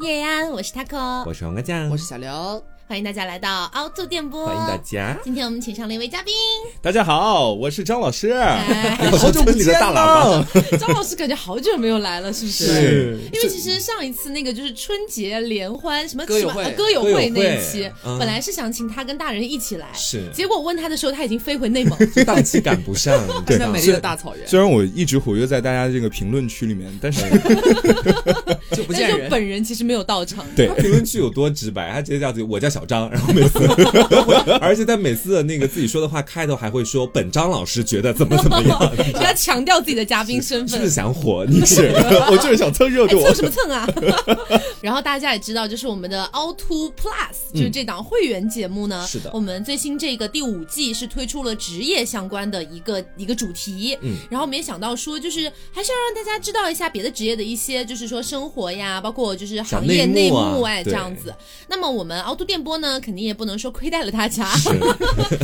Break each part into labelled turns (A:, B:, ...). A: 叶安，我是 taco，
B: 我是黄瓜
C: 嗯
B: 酱
D: 我，是小刘，
A: 欢迎大家来到凹凸电波。
B: 欢迎大家。
A: 今天我们请上了一位嘉宾，
C: 大家好，我是张老师。
A: 哎
B: 我是村里的大喇 叭，
D: 张老师感觉好久没有来了，是不是？
C: 是
A: 因为其实上一次那个就是春节联欢什么
D: 歌友
A: 什么
D: 会
A: 呃歌友
C: 歌
A: 会
C: 友
A: 那一
C: 会
A: 期，
B: 嗯
A: 本来是想请他跟大人一起来，
C: 是
A: 结果问他的时候他已经飞回内蒙。
B: 就档期赶不上，
D: 现
B: 对
D: 在
B: 吧
D: 美？丽的大草原，
C: 虽然我一直活跃在大家这个评论区里面，但 是
D: 就不
A: 但就。本人其实没有到场。
C: 对评论区有多直白，他直接叫自己我叫小张，然后每 次，而且他每次的那个自己说的话开头还会说本张老师觉得怎么怎 么样，
A: 你 要强调自己的嘉宾身
C: 是
A: 份
C: 不是。想火？你 是我就是想蹭热
A: 哎，
C: 度，
A: 蹭什么蹭啊！ 然后大家也知道，就是我们的凹凸 Plus，就是这档会员节目呢。
C: 嗯是的
A: 我们最新这个第五季是推出了职业相关的一个一个主题。嗯，然后我们也想到说，就是还是要让大家知道一下别的职业的一些，就是说生活呀，包括就是行业
C: 小
A: 内
C: 内幕
A: 幕
C: 啊
A: 哎、这
C: 对
A: 样子。那么我们凹凸电波呢，肯定也不能说亏待了 大家。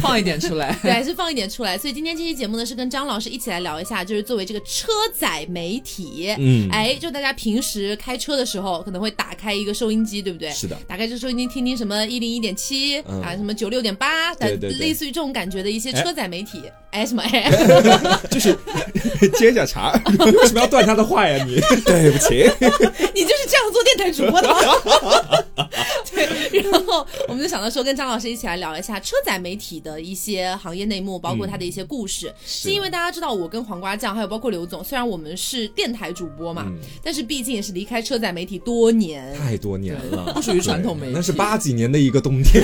D: 放一点出来
A: 。对，还是放一点出来。所以今天这期节目呢，是跟张老师一起来聊一下，就是作为这个车载媒体，嗯，哎，就大家平时开车的时候可能会打开一个收音机，对不对？
C: 是的
A: 打开这收音机听听什么一零一点七
C: 嗯
A: 啊，什么九六点八，但
C: 对对对
A: 类似于这种感觉的一些
C: 哎
A: 车载媒体，哎，什么哎，
C: 就是接一下 茬，为什么要断他的话呀？你 对不起，
A: 你就是这样做电台主 播的吗？对，然后我们就想到说，跟张老师一起来聊一下车载媒体的一些行业内幕，包括它的一些故
C: 嗯
A: 事。是因为大家知道，我跟黄瓜酱还有包括刘总，虽然我们是电台主播嘛，
C: 嗯
A: 但是毕竟也是离开车载媒体多年。
C: 太多年了，
D: 不属于传统媒体
C: 对那是八几年的一个冬天，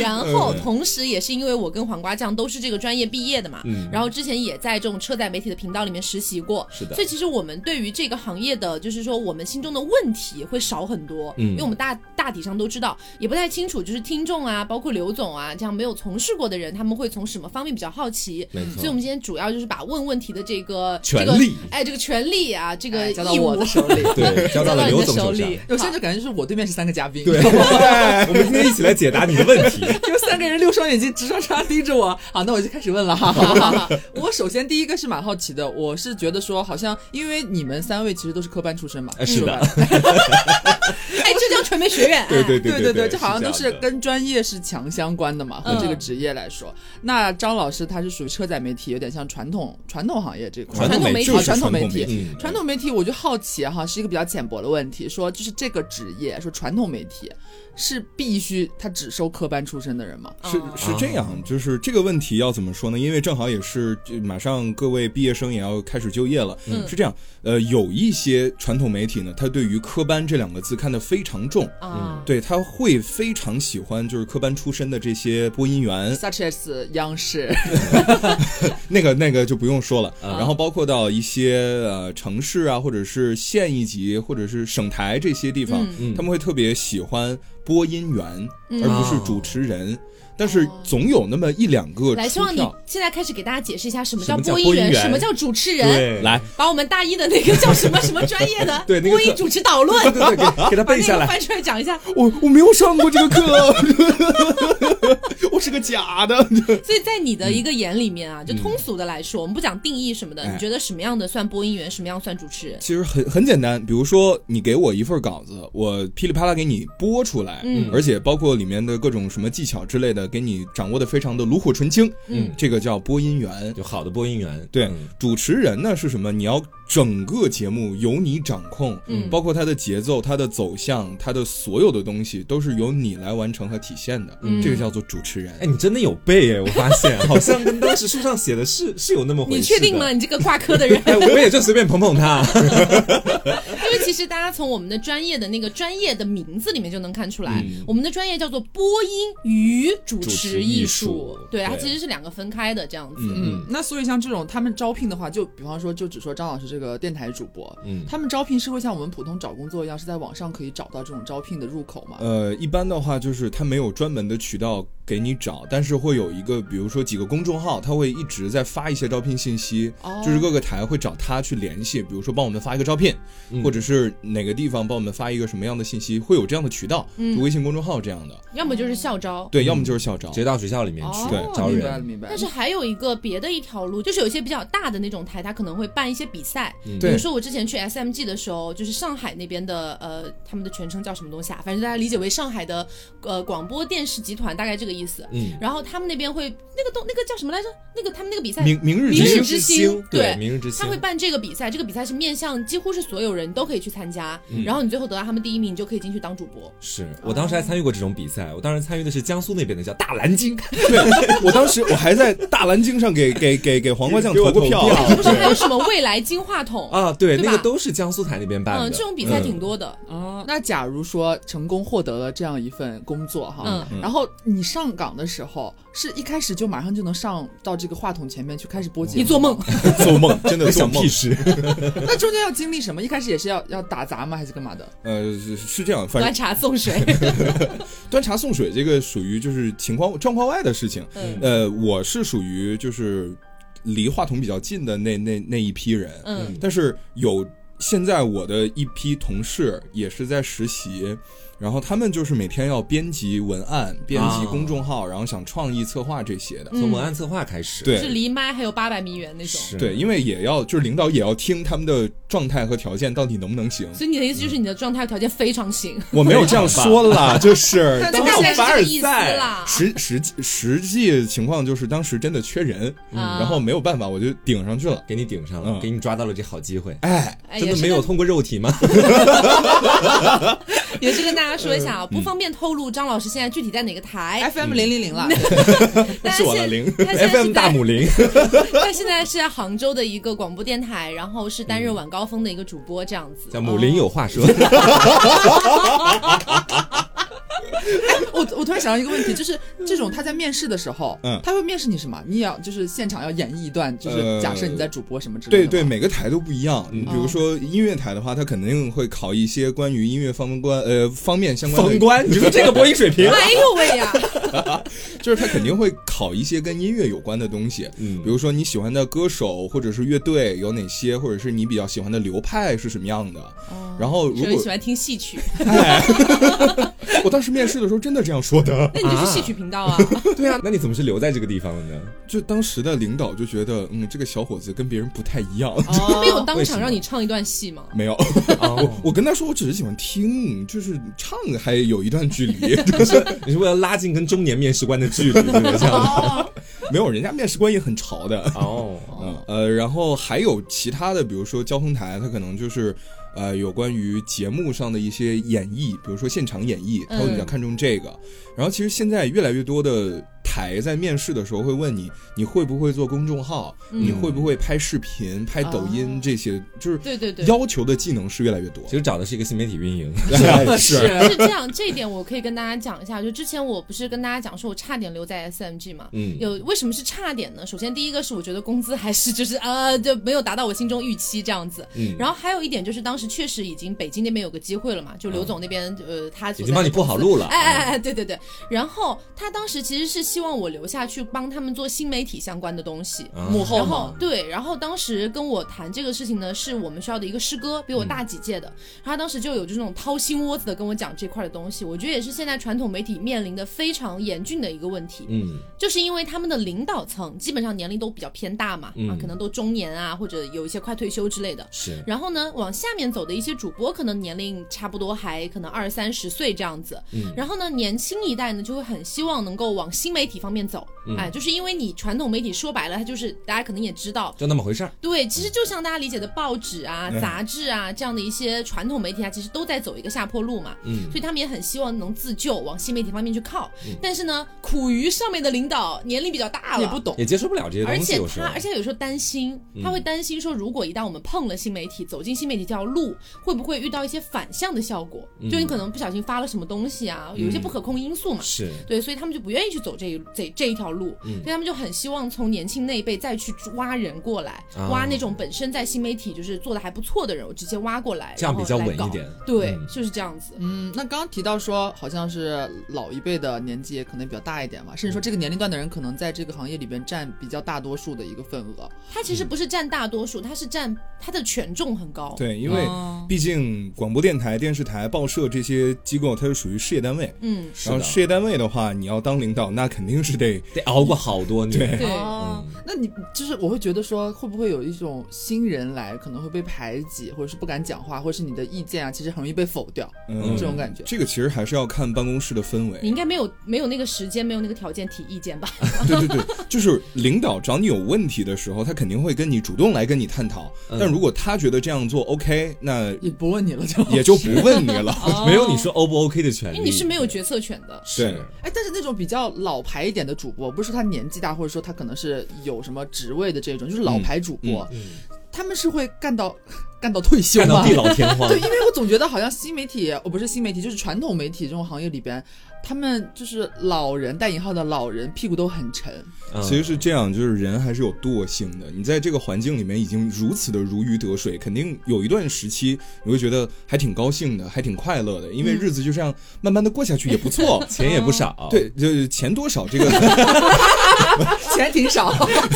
A: 然后，
C: 嗯
A: 同时也是因为我跟黄瓜酱都是这个专业毕业的嘛，然后之前也在这种车载媒体的频道里面实习过，
C: 嗯是的
A: 所以其实我们对于这个行业的，就是说我们心中的问题会少很多，嗯，因为我们大大体上都知道，也不太清楚，就是听众啊，包括刘总啊，这样没有从事过的人，他们会从什么方面比较好奇？
C: 没错
A: 所以我们今天主要就是把问问题的这个
C: 嗯权
A: 这个
C: 利，
A: 哎，这个权利啊， 这个
D: 哎交到
A: 义务
D: 我的手里
C: 对， 交
A: 交
C: 到了
A: 到你
C: 刘
A: 的
C: 总
A: 手
C: 手上
A: 里。，
D: 有些就感觉是我对面是三个嘉宾，
C: 对， 我们今天一起来解答你的问题。
D: 你们三个人六双眼睛直刷刷盯着我。好，那我就开始问了哈。
A: 好好好
D: 我首先第一个是蛮好奇的，我是觉得说好像因为你们三位其实都是科班出身嘛，
C: 哎是的
D: 吧，
A: 哎，浙江传媒学院，
C: 对
A: 哎
C: 对
D: 对
C: 对
D: 对，
C: 对，
D: 就好像都
C: 这
D: 是
C: 样的
D: 跟专业是强相关的嘛，和
A: 嗯
D: 这个职业来说。那张老师他是属于车载媒体，有点像传统传统行业这块。
C: 传
A: 传统
C: 统
A: 媒
C: 媒
A: 体
C: 就
D: 啊
C: 是
D: 传统
C: 统
D: 媒
C: 媒
D: 体
C: 体，嗯
D: 传统媒体，我就好奇哈，是一个比较浅薄的问题，说就是这个职业，说传统媒体是必须他只收科班出身的人吗？
E: 是
A: 哦
E: 是这样，就是这个问题要怎么说呢？因为正好也是呃马上各位毕业生也要开始就业了，
A: 嗯
E: 是这样。呃，有一些传统媒体呢，他对于科班这两个字看得非常重，
A: 啊，
E: 对他会非常喜欢就是科班出身的这些播音员，
D: such as 央视，
E: 那个那个就不用说了。
C: 啊
E: 然后包括到一些呃城市啊，或者是县一级，或者是省台这些地方，
A: 嗯
C: 嗯
E: 他们会特别喜欢播音员，而不是主持人。但是
A: 哦
E: 总有那么一两个
A: 来，希
E: 出
A: 望你
E: 票。
A: 现在开始给大家解释一下什么
C: 什
A: 叫
C: 么叫
A: 播音
C: 播音
A: 员，
C: 员
A: 什么叫主持人，
C: 对，
E: 来，
A: 把我们大一的那个叫什么什么专业 的
C: 对那个
A: 播音主持导论，
C: 对对对，给给他
A: 把
C: 背
A: 那
C: 下
A: 个
C: 来。
A: 翻出来讲 一下。
E: 我我没有上过这个课， 我是个假的。
A: 所以在你的一个眼里面啊，
C: 嗯
A: 就通俗的来说，我们不讲定义什么的，
E: 哎
A: 你觉得什么样的算播音员，什么样算主持人？
E: 其实很很简单，比如说你给我一份稿子，我噼里啪啦给你播出来，
A: 嗯
E: 而且包括里面的各种什么技巧之类的，给你掌握的非常的炉火纯青，
A: 嗯，
E: 这个叫播音员。
C: 有好的播音员，
E: 对
C: 嗯，
E: 主持人呢是什么？你要整个节目由你掌控，
A: 嗯
E: 包括它的节奏、它的走向、它的所有的东西都是由你来完成和体现的，
A: 嗯
E: 这个叫做主持人。
C: 哎，你真的有背哎，我发现 好像跟当时书上写的是是有那么回事。，
A: 你确定吗？？你这个挂科的人
C: 哎，我也就随便捧捧他。
A: 因为其实大家从我们的专业的那个专业的名字里面就能看出来，我们的专业叫做播音与主
C: 嗯主
A: 持
C: 持
A: 艺
C: 艺
A: 术
C: 术，
A: 对，它
C: 对
A: 其实是两个分开的这样子。
D: 嗯， 那所以像这种他们招聘的话，就比方说就只说张老师这个电台主播，
C: 嗯
D: 他们招聘是会像我们普通找工作
E: 呃
D: 一样，是在网上可以找到这种招聘的入口吗？
E: 呃，一般的话就是它没有专门的渠道给你找，但是会有一个，比如说几个公众号，他会一直在发一些招聘信息，
D: 哦
E: 就是各个台会找他去联系，比如说帮我们发一个招聘，
C: 嗯
E: 或者是哪个地方帮我们发一个什么样的信息，会有这样的渠道，就微信公众号这样的，
A: 要么就是校招。
E: 对，要么就是 校招
C: 直，接到学校里面去
E: 对
D: 哦
C: 招
D: 明白了
C: 人。
D: 明白了
A: 但。是还有一个别的一条路，就是有一些比较大的那种台，它可能会办一些比赛。比
E: 对
A: 如，说我之前去 SMG 的时候，就是上海那边的呃，他们的全称叫什么东西啊？反正大家理解为上海的呃广播电视集团，大概这个意思。
C: 嗯，
A: 然后他们那边会那个东那个叫什么来着？那个他们那个比赛，
E: 明明日
A: 明
E: 之
A: 日
E: 星
A: 之星对
C: 明日之星
A: 他会办这个比赛，这个比赛是面向几乎是所有人都可以去参加，
E: 嗯
A: 然后你最后得到他们第一名，你就可以进去当主播。
C: 是我当时还参与过这种比赛，我当时参与的是江苏那边的叫大蓝鲸，
E: 对我当时我还在大蓝鲸上给给给给黄瓜酱
C: 给
E: 投
C: 我
E: 过
C: 投
E: 票，
C: 票
A: 不是还有什么未来金话 筒？
E: 哦
C: 啊，对，
A: 对吧
C: 那个都是江苏台那边办的。
A: 嗯，这种比赛挺多的。
E: 嗯
D: 哦，那假如说成功获得了这样一份工作哈，
E: 嗯
D: 然后你上岗的时候，是一开始就马上就能上到这个话筒前面去开始播节目？
A: 你做梦，
E: 做梦真的做
C: 想
E: 梦
C: 屁。事，
D: 那中间要经历什么？一开始也是要要打杂吗？还是干嘛的？
E: 呃，是是这样，反正
A: 端茶送水。
E: 端茶送水这个属于就是情况状况外的事情。
A: 嗯
E: 呃，我是属于就是离话筒比较近的那那那一批人，
A: 嗯
E: 但是有现在我的一批同事也是在实习。然后他们就是每天要编辑文案、编辑
C: 啊
E: 公众号，然后想创意策划这些的。
A: 嗯
B: 嗯
C: 从文案策划开始。
E: 对
A: 是离麦还有八百米远那种。
C: 是
E: 对，因为也要就是领导也要听他们的状态和条件到底能不能行。
A: 所以你的意思就是你的状态条件非 常行，
E: 我没有这样说啦，就是
D: 但
A: 就
E: 当
A: 大
E: 时
A: 概是
C: 凡
A: 这
C: 尔
A: 个意思
C: 赛
A: 啦。
E: 实实际实际情况就是当时真的缺人，
A: 啊
E: 然后没有办法我就顶上去了。
C: 给你顶上了，
E: 嗯
C: 给你抓到了这好机会。
E: 哎，
A: 哎
C: 真
A: 也
C: 的
A: 是
C: 没有
A: 跟
C: 通过肉体吗？
A: 也是跟大家说一下啊，
C: 嗯
A: 不方便透露张老师现在具体在哪个
C: 哎
A: 台。
D: FM
E: 嗯
D: 零零零了，
A: 但
E: 是我的零
A: 他 现在
C: FM
A: 是
C: 大
A: 在，
C: 母 零，
A: 他现在是在杭州的一个广播电台，然后是担任晚高峰的一个主播这样子。
C: 嗯
A: 哦
C: 叫母零有话说。
D: 我我突然想到一个问题，就是这种他在面试的时候，
E: 嗯
D: 他会面试你什么？你也要就是现场要演绎一段，就是
E: 呃
D: 假设你在主播什么之类的
E: 对
D: 吗。
E: 对，每个台都不一样。你比如说音乐台的话，它肯定会考一些关于音乐方关呃方面相关的，
C: 关，你说这个播音水平
A: 哎呦喂呀！
E: 就是它肯定会考一些跟音乐有关的东西。
C: 嗯
E: 比如说你喜欢的歌手或者是乐队有哪些，或者是你比较喜欢的流派是什么样的。然后如
A: 所以
E: 果
A: 喜欢听 戏曲， 哎
E: 我当时面试的时候真的这样说 的，
A: 那你就去戏曲频道啊。
C: 对啊，那你怎么是留在这个地方了呢？
E: 就当时的领导就觉得，嗯，这个小伙子跟别人不太一样。
D: 哦，
A: 没有当
C: 啊为什
A: 场
C: 么
A: 让你唱一段戏吗？
E: 没有，
C: 哦，
E: 我跟他说，我只是喜欢听，就是唱还有一段距离，
C: 你是为了拉近跟中年面试官的距离，对 不对？
E: 没有，人家面试官也很潮的。
C: 哦，
E: 嗯 呃，然后还有其他的，比如说交通台，它可能就是，呃，有关于节目上的一些演绎，比如说现场演绎，
A: 嗯
E: 它会比较看重这个。然后其实现在越来越多的台在面试的时候会问你，你会不会做公众号，
A: 嗯
E: 你会不会拍视频、拍抖音这些，就是
A: 哦对对对，
E: 要求的技能是越来越多。
C: 其实找的是一个新媒体运营，
E: 是，
A: 是这样，这一点我可以跟大家讲一下。就之前我不是跟大家讲说，我差点留在 SMG 嘛。
C: 嗯
A: 有为什么是差点呢？首先第一个是我觉得工资还是就是呃就没有达到我心中预期这样子。
C: 嗯，
A: 然后还有一点就是当时确实已经北京那边有个机会了嘛，就刘总那边、呃他
C: 嗯
A: 所
C: 已
A: 在
C: 经帮
A: 的
C: 你
A: 公
C: 铺好
A: 司
C: 路了嗯
A: 哎哎哎，对对对。然后他当时其实是希望我留下去帮他们做新媒体相关的东西。
C: 啊
D: 幕后
A: 然后
D: 嘛，
A: 对，然后当时跟我谈这个事情呢，是我们学校的一个师哥，比我
C: 嗯
A: 大几届的，然后他当时就有这种掏心窝子的跟我讲这块的东西，我觉得也是现在传统媒体面临的非常严峻的一个问题，
C: 嗯
A: 就是因为他们的领导层基本上年龄都比较偏大嘛，啊
C: 嗯，
A: 可能都中年啊，或者有一些快退休之类的。
C: 是
A: 然后呢，往下面走的一些主播，可能年龄差不多还可能二三十岁这样子。
C: 嗯
A: 然后呢，年轻一代呢就会很希望能够往新媒体方面走。
C: 嗯
A: 哎，就是因为你传统媒体说白了，它就是大家可能也知道。
C: 就那么回事儿。
A: 对，其实就像大家理解的报纸啊、
C: 嗯
A: 杂志啊这样的一些传统媒体啊，其实都在走一个下坡路嘛，
C: 嗯
A: 所以他们也很希望能自救，往新媒体方面去靠。但是呢，苦于上面的领导年龄比较大了，
D: 也不懂
C: 也接受不了这些
A: 而
C: 东西，
A: 且
C: 有时
A: 他，
C: 候嗯
A: 而且有时候担心，他会担心说，如果一旦我们碰了新媒体，走进新媒体这条路，会不会遇到一些反向的效
C: 嗯
A: 果？就你可能不小心发了什么东西啊，有一些不可控因素嘛。
C: 是
A: 对，所以他们就不愿意去走这一这这一条路，
C: 嗯
A: 所以他们就很希望从年轻那一辈再去挖人过来，
C: 啊
A: 挖那种本身在新媒体就是做的还不错的人，我直接挖过来，
C: 这样
A: 然后
C: 比较
A: 来
C: 稳一
A: 搞
C: 点
A: 对，
C: 嗯
A: 就是这样子。
D: 嗯，那刚刚提到说，好像是老一辈的年纪也可能比较大一点嘛，甚至说这个年龄段的人可能在这个行业里边占比较大多数的一个份额。
A: 他其实
C: 嗯
A: 不是占大多数，他是占他的权重很高。
E: 对，因为
D: 哦
E: 毕竟广播电台、电视台、报社这些机构，它是属于事业单位。
A: 嗯，
E: 然
C: 是
E: 后
C: 的
E: 事业单位的话，你要当领导，那肯定是得
C: 得熬过好多年。
A: 对，
D: 哦，那你就是我会觉得说，会不会有一种新人来可能会被排挤，或者是不敢讲话，或者是你的意见啊，其实很容易被否掉，
E: 嗯
D: 这种感觉。
E: 这个其实还是要看办公室的氛
A: 你
E: 围。
A: 应该没有没有那个时间，没有那个条件提意见吧？
C: 啊
E: 对对对， 就是领导找你有问题的时候，他肯定会跟你主动来跟你探讨。
C: 嗯
E: 但如果他觉得这样做 OK，那
D: 也不问你了就。
E: 也就不问你了。
B: 哦
C: 没有你说 O 不 OK 的权利，
A: 哦因为你是没有决策权的。
C: 是
E: 对
D: 哎，但是那种比较老牌一点的主播，不是说他年纪大，或者说他可能是有什么职位的这种，就是老牌主播，他们是会干到干到退休
C: 干到
D: 吗
C: 地？老天荒
D: 对，。因为我总觉得好像新媒体，哦，不是新媒体，就是传统媒体这种行业里边，他们就是老人带引号的老人屁股都很沉，
C: 嗯。
E: 其实是这样，就是人还是有惰性的。你在这个环境里面已经如此的如鱼得水，肯定有一段时期你会觉得还挺高兴的，还挺快乐的，因为日子就这样慢慢的过下去也不错
C: 钱也不少，，
E: 对，就是钱多少这个
D: 钱挺少。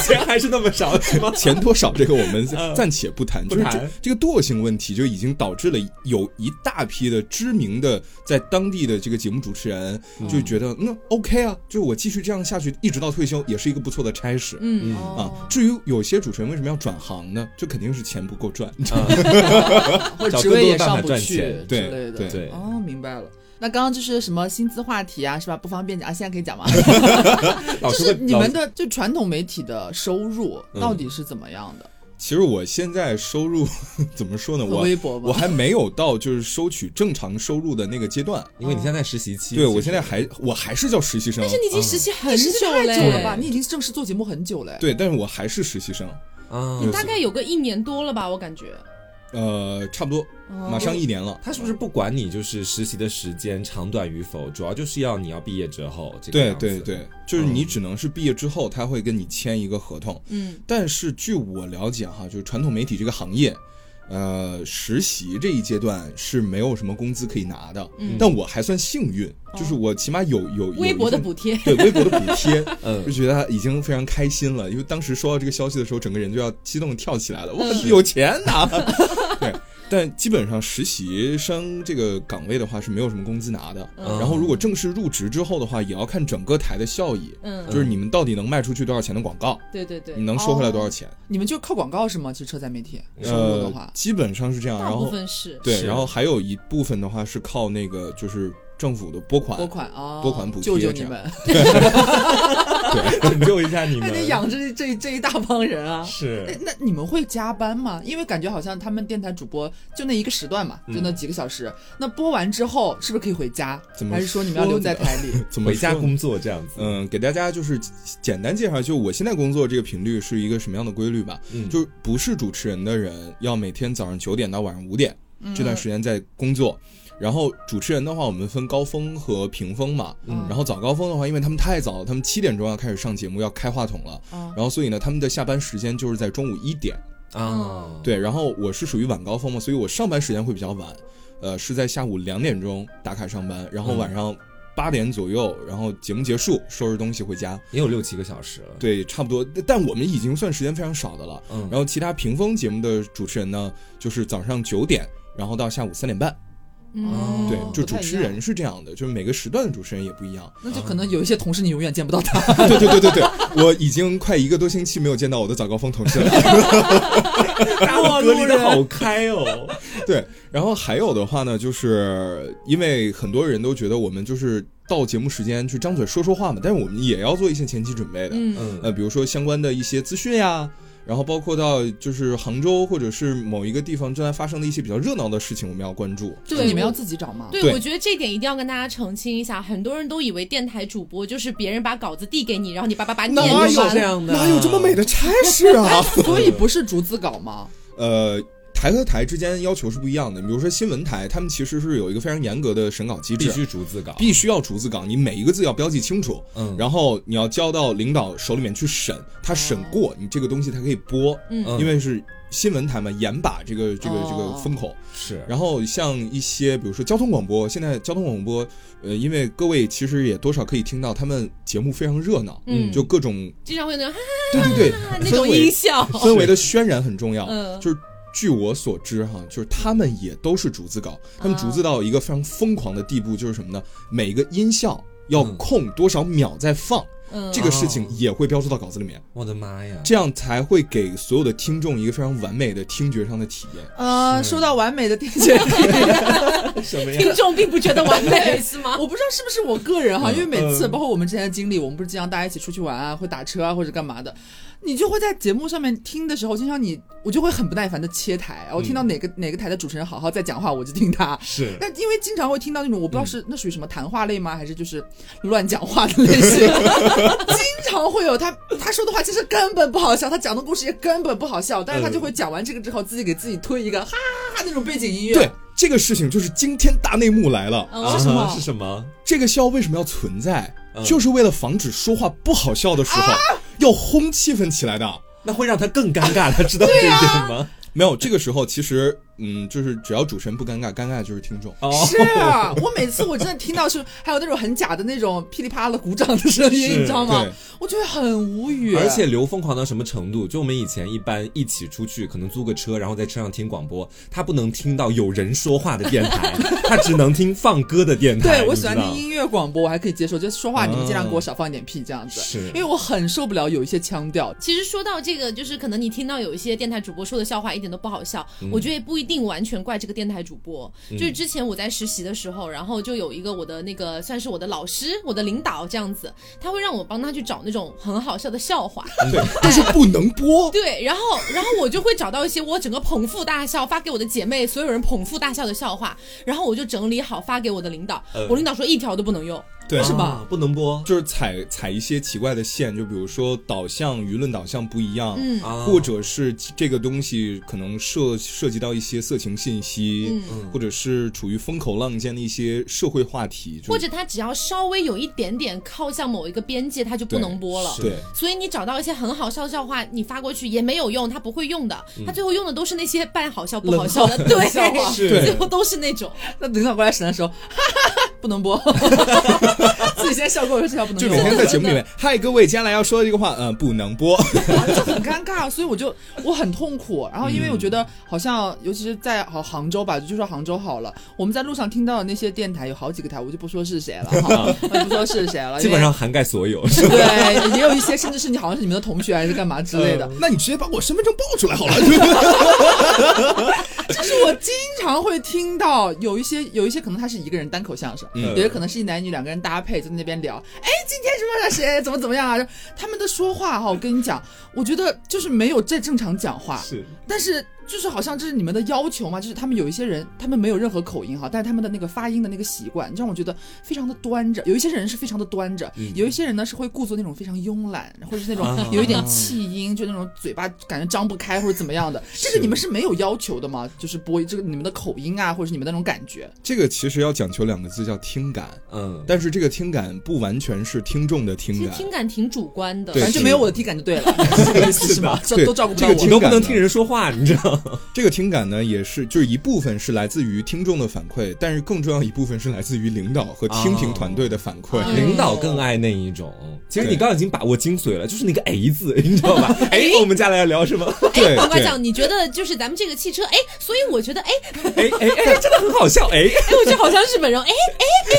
C: 钱还是那么少，是 吗？
E: 钱多少这个我们
C: 嗯
E: 暂且不谈，
C: 不
E: 就是
C: 谈
E: 这这个惰性问题就已经导致了有一大批的知名的在当地的这个节目主持人就觉得嗯 OK 啊，就是我继续这样下去一直到退休也是一个不错的差事。
A: 嗯，
E: 啊
A: 哦，
E: 至于有些主持人为什么要转行呢？这肯定是钱不够赚。
D: 或者
C: 找
D: 职
C: 更
D: 位
C: 多
D: 也
C: 办
D: 上
C: 法
D: 不
C: 赚
D: 去
C: 钱
D: 之
E: 对
D: 类的。
E: 对
C: 对
D: 哦，明白了。那刚刚就是什么薪资话题啊，是吧？不方便讲啊，现在可以讲吗？
C: 老
D: 就
C: 师会
D: 是你们的就传统媒体的收入
C: 嗯
D: 到底是怎么样的？
E: 其实我现在收入 怎么说呢？
D: 很
E: 我
D: 微薄吧
E: 我还没有到就是收取正常收入的那个阶段。
C: 因为你现在实习期，
E: 对我现在还我还是叫实习生
A: 但，是你已经实
C: 啊
A: 习很
D: 实习
A: 久
D: 太
A: 嘞，
D: 久了吧？
C: 对
D: 你已经正式做节目很久了。
E: 对，但是我还嗯是实习生，
C: 啊
A: 你，大概有个一年多了吧，我感觉。
E: 呃，差不多马
A: 嗯
E: 上一年了。
C: 他是不是不管你就是实习的时间长短与否，主要就是要你要毕业之后这个
E: 对
C: 样子嗯
E: 对，对，就是你只能是毕业之后，他会跟你签一个合同。
A: 嗯，
E: 但是据我了解哈，就是传统媒体这个行业，呃，实习这一阶段是没有什么工资可以拿的。
A: 嗯哦
E: 但我还算幸运，就是我起码有有有
A: 微薄的
E: 一份
A: 补贴。
E: 对微薄的补贴，
C: 嗯
E: 就觉得已经非常开心了。因为当时收到这个消息的时候，整个人就要激动地跳起来了，哇，有钱拿！ 对，但基本上实习生这个岗位的话是没有什么工资拿的。
A: 嗯
E: 然后如果正式入职之后的话，也要看整个台的效益，
A: 嗯，
E: 就是你们到底能卖出去多少钱的广告，
A: 对对对
E: 你，能收回来多少钱？
D: 你们就靠广告是吗？其实车载媒体哦收入的
E: 呃
D: 话，，
E: 基本上是这样。
A: 大
E: 然
A: 部
E: 后
A: 分是。
E: 对，
C: 是
E: 然后还有一部分的话是靠那个就是政府的拨款，
D: 拨款啊，
E: 拨款补贴
D: 救救
E: 这
D: 你
E: 样
D: 们，
C: 拯救一下你
D: 还
C: 们，
D: 得养这这这一大帮人啊。哎
C: 是，
D: 那你们会加班吗？因为感觉好像他们电台主播就那一个时段嘛，就那几个小时。那播完之后是不是可以回家？
E: 怎么
D: 还是说你们要留在台里？
E: 怎么
C: 回家
E: 说呢
C: 工作这样子，
E: 嗯，给大家就是简单介绍，就我现在工作这个频率是一个什么样的规律吧？
C: 嗯
E: 就是不是主持人的人，要每天早上九点到晚上五点、这段时间在工作。然后主持人的话，我们分高峰和平峰嘛。
C: 嗯
E: 然后早高峰的话，因为他们太早了，他们七点钟要开始上节目，要开话筒了。
D: 啊
E: 然后所以呢，他们的下班时间就是在中午一点。
D: 嗯
C: 啊，
E: 对，然后我是属于晚高峰嘛，所以我上班时间会比较晚，呃，是在下午两点钟打卡上班，然后晚上八点左右，然后节目结束，收拾东西回家。
C: 也有六七个小时了，
E: 对，差不多，但我们已经算时间非常少的了。
C: 嗯
E: 然后其他屏风节目的主持人呢，就是早上九点，然后到下午三点半。
A: 嗯，
E: 对，
D: 哦
E: 就
D: 不
E: 主
D: 太
E: 持
D: 一样
E: 人是这样的，就是每个时段的主持人也不一样。
D: 那就可能有一些同事你永远见不到他。
E: 对对对对对，我已经快一个多星期没有见到我的早高峰同事了。
C: 把我隔离的好开 哦，
E: 对，然后还有的话呢，就是因为很多人都觉得我们就是到节目时间去张嘴说说话嘛，但是我们也要做一些前期准备的。
A: 嗯
C: 嗯
E: 呃，比如说相关的一些资讯呀，然后包括到就是杭州或者是某一个地方正在发生的一些比较热闹的事情，我们要关注。
A: 对，
D: 你们
A: 我
D: 要自己找吗？
A: 对，
E: 对
A: 我觉得这点一定要跟大家澄清一下，很多人都以为电台主播就是别人把稿子递给你，然后你叭叭叭念
E: 哪
A: 就
E: 有
A: 完
E: 这
A: 了。
C: 样的
D: 哎
E: 哪有这么美的差事啊？
D: 所以不是逐字稿吗？
E: 呃，台和台之间要求是不一样的。你比如说新闻台，他们其实是有一个非常严格的审稿机制，
C: 必须逐字稿，
E: 必须要逐字稿，你每一个字要标记清楚，
C: 嗯
E: 然后你要交到领导手里面去审，他审过你这个东西，他可以播，
A: 嗯
E: 因为是新闻台嘛，严把这个这个这个
D: 哦
E: 风口。
C: 是，
E: 然后像一些比如说交通广播，现在交通广播，呃，因为各位其实也多少可以听到他们节目非常热闹，
A: 嗯
E: 就各种
A: 经常会有那种哈
E: 对对对
A: 哈那
E: 氛
A: 种音
E: 围
A: 效，
E: 氛围的渲染很重要，
A: 嗯
E: 就是。据我所知，哈，就是他们也都是逐字稿，他们
A: 啊
E: 逐字到一个非常疯狂的地步，就是什么呢？每个音效要
C: 嗯
E: 空多少秒再放，
A: 嗯，
E: 这个事情也会标注到稿子里面，
C: 我的妈呀，
E: 这样才会给所有的听众一个非常完美的听觉上的体验。
D: 呃，说到完美的听觉，
C: 什么呀？
A: 听众并不觉得完美是吗？
D: 我不知道是不是我个人哈，
C: 嗯
D: 因为每次包括我们之前的经历，我们不是经常大家一起出去玩啊，会打车啊，或者干嘛的，你就会在节目上面听的时候，经常你我就会很不耐烦的切台，我听到哪个、
C: 嗯
D: 哪个台的主持人好好在讲话，我就听他。
C: 是
D: 但因为经常会听到那种我不知道是、那属于什么谈话类吗，还是就是乱讲话的类型，经常会有他他说的话其实根本不好笑，他讲的故事也根本不好笑，但是他就会讲完这个之后，自己给自己推一个哈哈哈那种背景音乐。
E: 对，这个事情就是惊天大内幕来了。
A: 嗯
C: 啊
D: 是什么
C: 是什么？
E: 这个笑为什么要存在
C: 嗯？
E: 就是为了防止说话不好笑的时候要烘气氛起来的。
C: 那会让他更尴尬，他知道这一点
D: 啊
C: 吗？
E: 没有，这个时候其实，嗯，就是只要主持人不尴尬，尴尬的就是听众。啊
C: 哦，
D: 是啊我每次我真的听到是还有那种很假的那种噼里啪啦的鼓掌的声音，
C: 是
D: 你知道吗
E: 对？
D: 我就会很无语。
C: 而且刘疯狂到什么程度？就我们以前一般一起出去，可能租个车，然后在车上听广播，他不能听到有人说话的电台，他只能听放歌的电台。
D: 对我喜欢
C: 你知
D: 听
C: 道
D: 音乐广播，我还可以接受，就是说话你们尽量给我
C: 嗯
D: 少放一点屁这样子，
C: 是
D: 因为我很受不了有一些腔调。
A: 其实说到这个，就是可能你听到有一些电台主播说的笑话一点都不好笑，我觉得也不一定完全怪这个电台主播。就是之前我在实习的时候，然后就有一个我的那个算是我的老师、我的领导这样子，他会让我帮他去找那种很好笑的笑话。
E: 对，但是不能播。
A: 对，然后然后我就会找到一些我整个捧腹大笑发给我的姐妹，所有人捧腹大笑的笑话，然后我就整理好发给我的领导。
C: 嗯
A: 我领导说一条都不能用。
E: 对，
D: 是吧
C: 啊不能播
E: 就是踩踩一些奇怪的线，就比如说导向、舆论导向不一样，
A: 嗯
C: 啊，
E: 或者是这个东西可能涉涉及到一些色情信息，或者是处于风口浪尖的一些社会话题，就是
A: 或者他只要稍微有一点点靠向某一个边界，他就不能播了。
E: 对。
A: 所以你找到一些很好笑的笑话，你发过去也没有用，他不会用的。他最后用的都是那些半好笑不好笑的，对，
D: 笑 话
C: 是
A: 最后都是那种。
D: 那领导过来审的时候，哈哈哈，不能播，自己先笑过，我说这条不能
E: 就
D: 播
E: 每，天在节目里面，嗨，各位，接下来要说的这个话，嗯、不能播。
D: 就很尴尬，所以我就我很痛苦。然后因为我觉
C: 嗯
D: 得好像，尤其是在好杭州吧，就说杭州好了，我们在路上听到的那些电台有好几个台，我就不说是谁了哈，我就不说是谁 了，
C: 嗯基本上涵盖所有。是吧
D: 对，也有一些甚至是你好像是你们的同学还是干嘛之类
C: 嗯
D: 的。
E: 那你直接把我身份证报出来好 了。
D: 就是我经常会听到有一些有一些可能他是一个人单口相声，
E: 嗯
D: 有些可能是一男一女两个人搭配在那边聊，哎，今天什么谁怎么怎么样啊？他们的说话哈，我跟你讲，我觉得就是没有在正常讲话，
C: 是
D: 但是就是好像这是你们的要求嘛，就是他们有一些人他们没有任何口音哈，但是他们的那个发音的那个习惯，让我觉得非常的端着。有一些人是非常的端着，有一些人呢是会故作那种非常慵懒，或者是那
C: 啊
D: 种有一点气音，就那种嘴巴感觉张不开或者怎么样的。这个你们是没有要求的吗？就是播这个你们的口音啊，或者是你们那种感觉。
E: 这个其实要讲求两个字，叫听感。
C: 嗯，
E: 但是这个听感不完全是听众的听
A: 其实
E: 感，
A: 听感挺主观的，哎
E: 对
D: 反正就没有我的体感就对了，是这个意思 是吗？
E: 对
D: 这都照顾不
E: 这
D: 到
E: 个
D: 我。
E: 听
C: 你都不
E: 感
C: 能
E: 呢
C: 听人说话，你知道吗？哎
E: 这个听感呢，也是就是一部分是来自于听众的反馈，但是更重要一部分是来自于领导和听评团队的反馈。
B: 嗯
A: 哦
C: 领导更爱那一种。其实你刚刚已经把握精髓了，就是那个 A 字，你知道吧？ 哎，我们接下来要聊什么？
E: 对
A: 黄瓜
E: 对，
A: 酱，你觉得就是咱们这个汽车，哎，所以我觉得，哎，
C: 哎哎哎，真的很好笑，哎。
A: 哎，我觉得好像日本人，哎，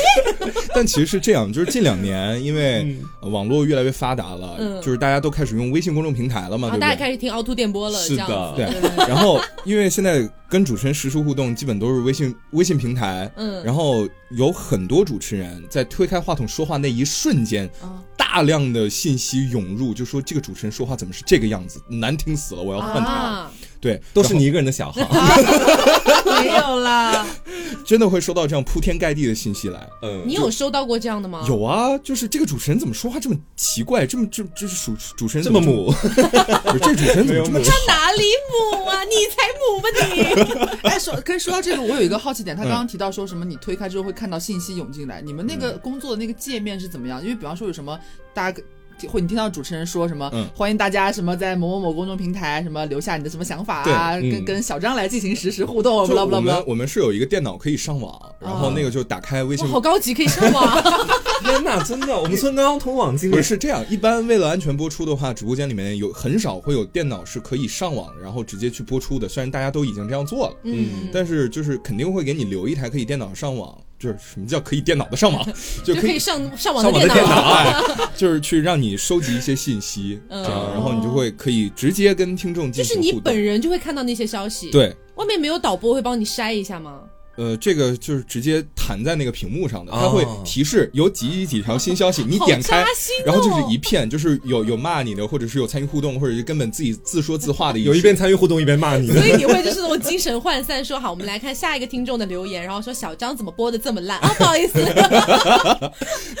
E: 但其实是这样，就是近两年因为
C: 嗯
E: 呃网络越来越发达了，
A: 嗯
E: 就是大家都开始用微信公众平台了嘛，
A: 然
E: 对
A: 后
E: 不
A: 大家
E: 对？
A: 开始听凹凸电波了，
C: 是
A: 这
C: 的
A: 样子，
E: 对，然后因为现在跟主持人实时互动，基本都是微信微信平台，
A: 嗯
E: 然后有很多主持人在推开话筒说话那一瞬间，大量的信息涌入，就说这个主持人说话怎么是这个样子，难听死了，我要换台。
A: 啊，
E: 对，
C: 都是你一个人的小号，
D: 没 有啦，
E: 然后真的会收到这样铺天盖地的信息来。
C: 嗯，
A: 你有收到过这样的吗？
E: 有啊，就是这个主持人怎么说话这么奇怪，这么这这是主主持人
C: 这
E: 怎么
C: 么母，嗯
E: 这，不是这主持人怎么这么
C: 没有母
E: 吵
A: 哪里母啊？你才母母吧 你！
D: 哎，说跟说到这个，我有一个好奇点，
E: 嗯
D: 他刚刚提到说什么你推开之后会看到信息涌进来，你们那
E: 嗯
D: 个工作的那个界面是怎么样？因为比方说有什么大家。会，你听到主持人说什么？
E: 嗯
D: 欢迎大家什么在某某某公众平台什么留下你的什么想法啊，
C: 对嗯
D: 跟跟小张来进行实时互动，啊
E: 就
D: 不啦不啦
E: 我
D: 不啦
E: 们。我们是有一个电脑可以上网，然后那个就打开
A: 哇，
E: 微信。
A: 哦好高级，可以上网。
B: 天哪，真的，我们村刚刚通网进
E: 不
B: 来
E: 是是这样，一般为了安全播出的话，直播间里面有很少会有电脑是可以上网，然后直接去播出的。虽然大家都已经这样做了，
A: 嗯，
E: 但是就是肯定会给你留一台可以电脑上网，就是什么叫可以电脑的上 网，就
A: 就
E: 可
A: 可
E: 以
A: 以上上网
E: 上
A: 的
E: 网的电
B: 啊
A: 脑。
E: 哎，就是去让你收集一些信息，
A: 嗯
E: 这样，然后你就会可以直接跟听众
A: 就
E: 进
A: 是
E: 行
A: 你
E: 互动。
A: 本人就会看到那些消息。，
E: 对，
A: 外面没有导播会帮你筛一下吗？
E: 呃，这个就是直接弹在那个屏幕上的，它会
B: 哦
E: 提示有几几条新消息，你
A: 好
E: 点开
A: 扎。心哦。
E: 然 后就是一片，就是有有骂你的，或者是有参与互动，或者是根本自己自说自话的一
B: 有一
E: 边。
B: 边参与互动一边骂你
A: 所
B: 的，
A: 以你会就是那种精神涣散，说好，我们来看下一个听众的留言，然后说小张怎么播的这么烂啊？不好意 思，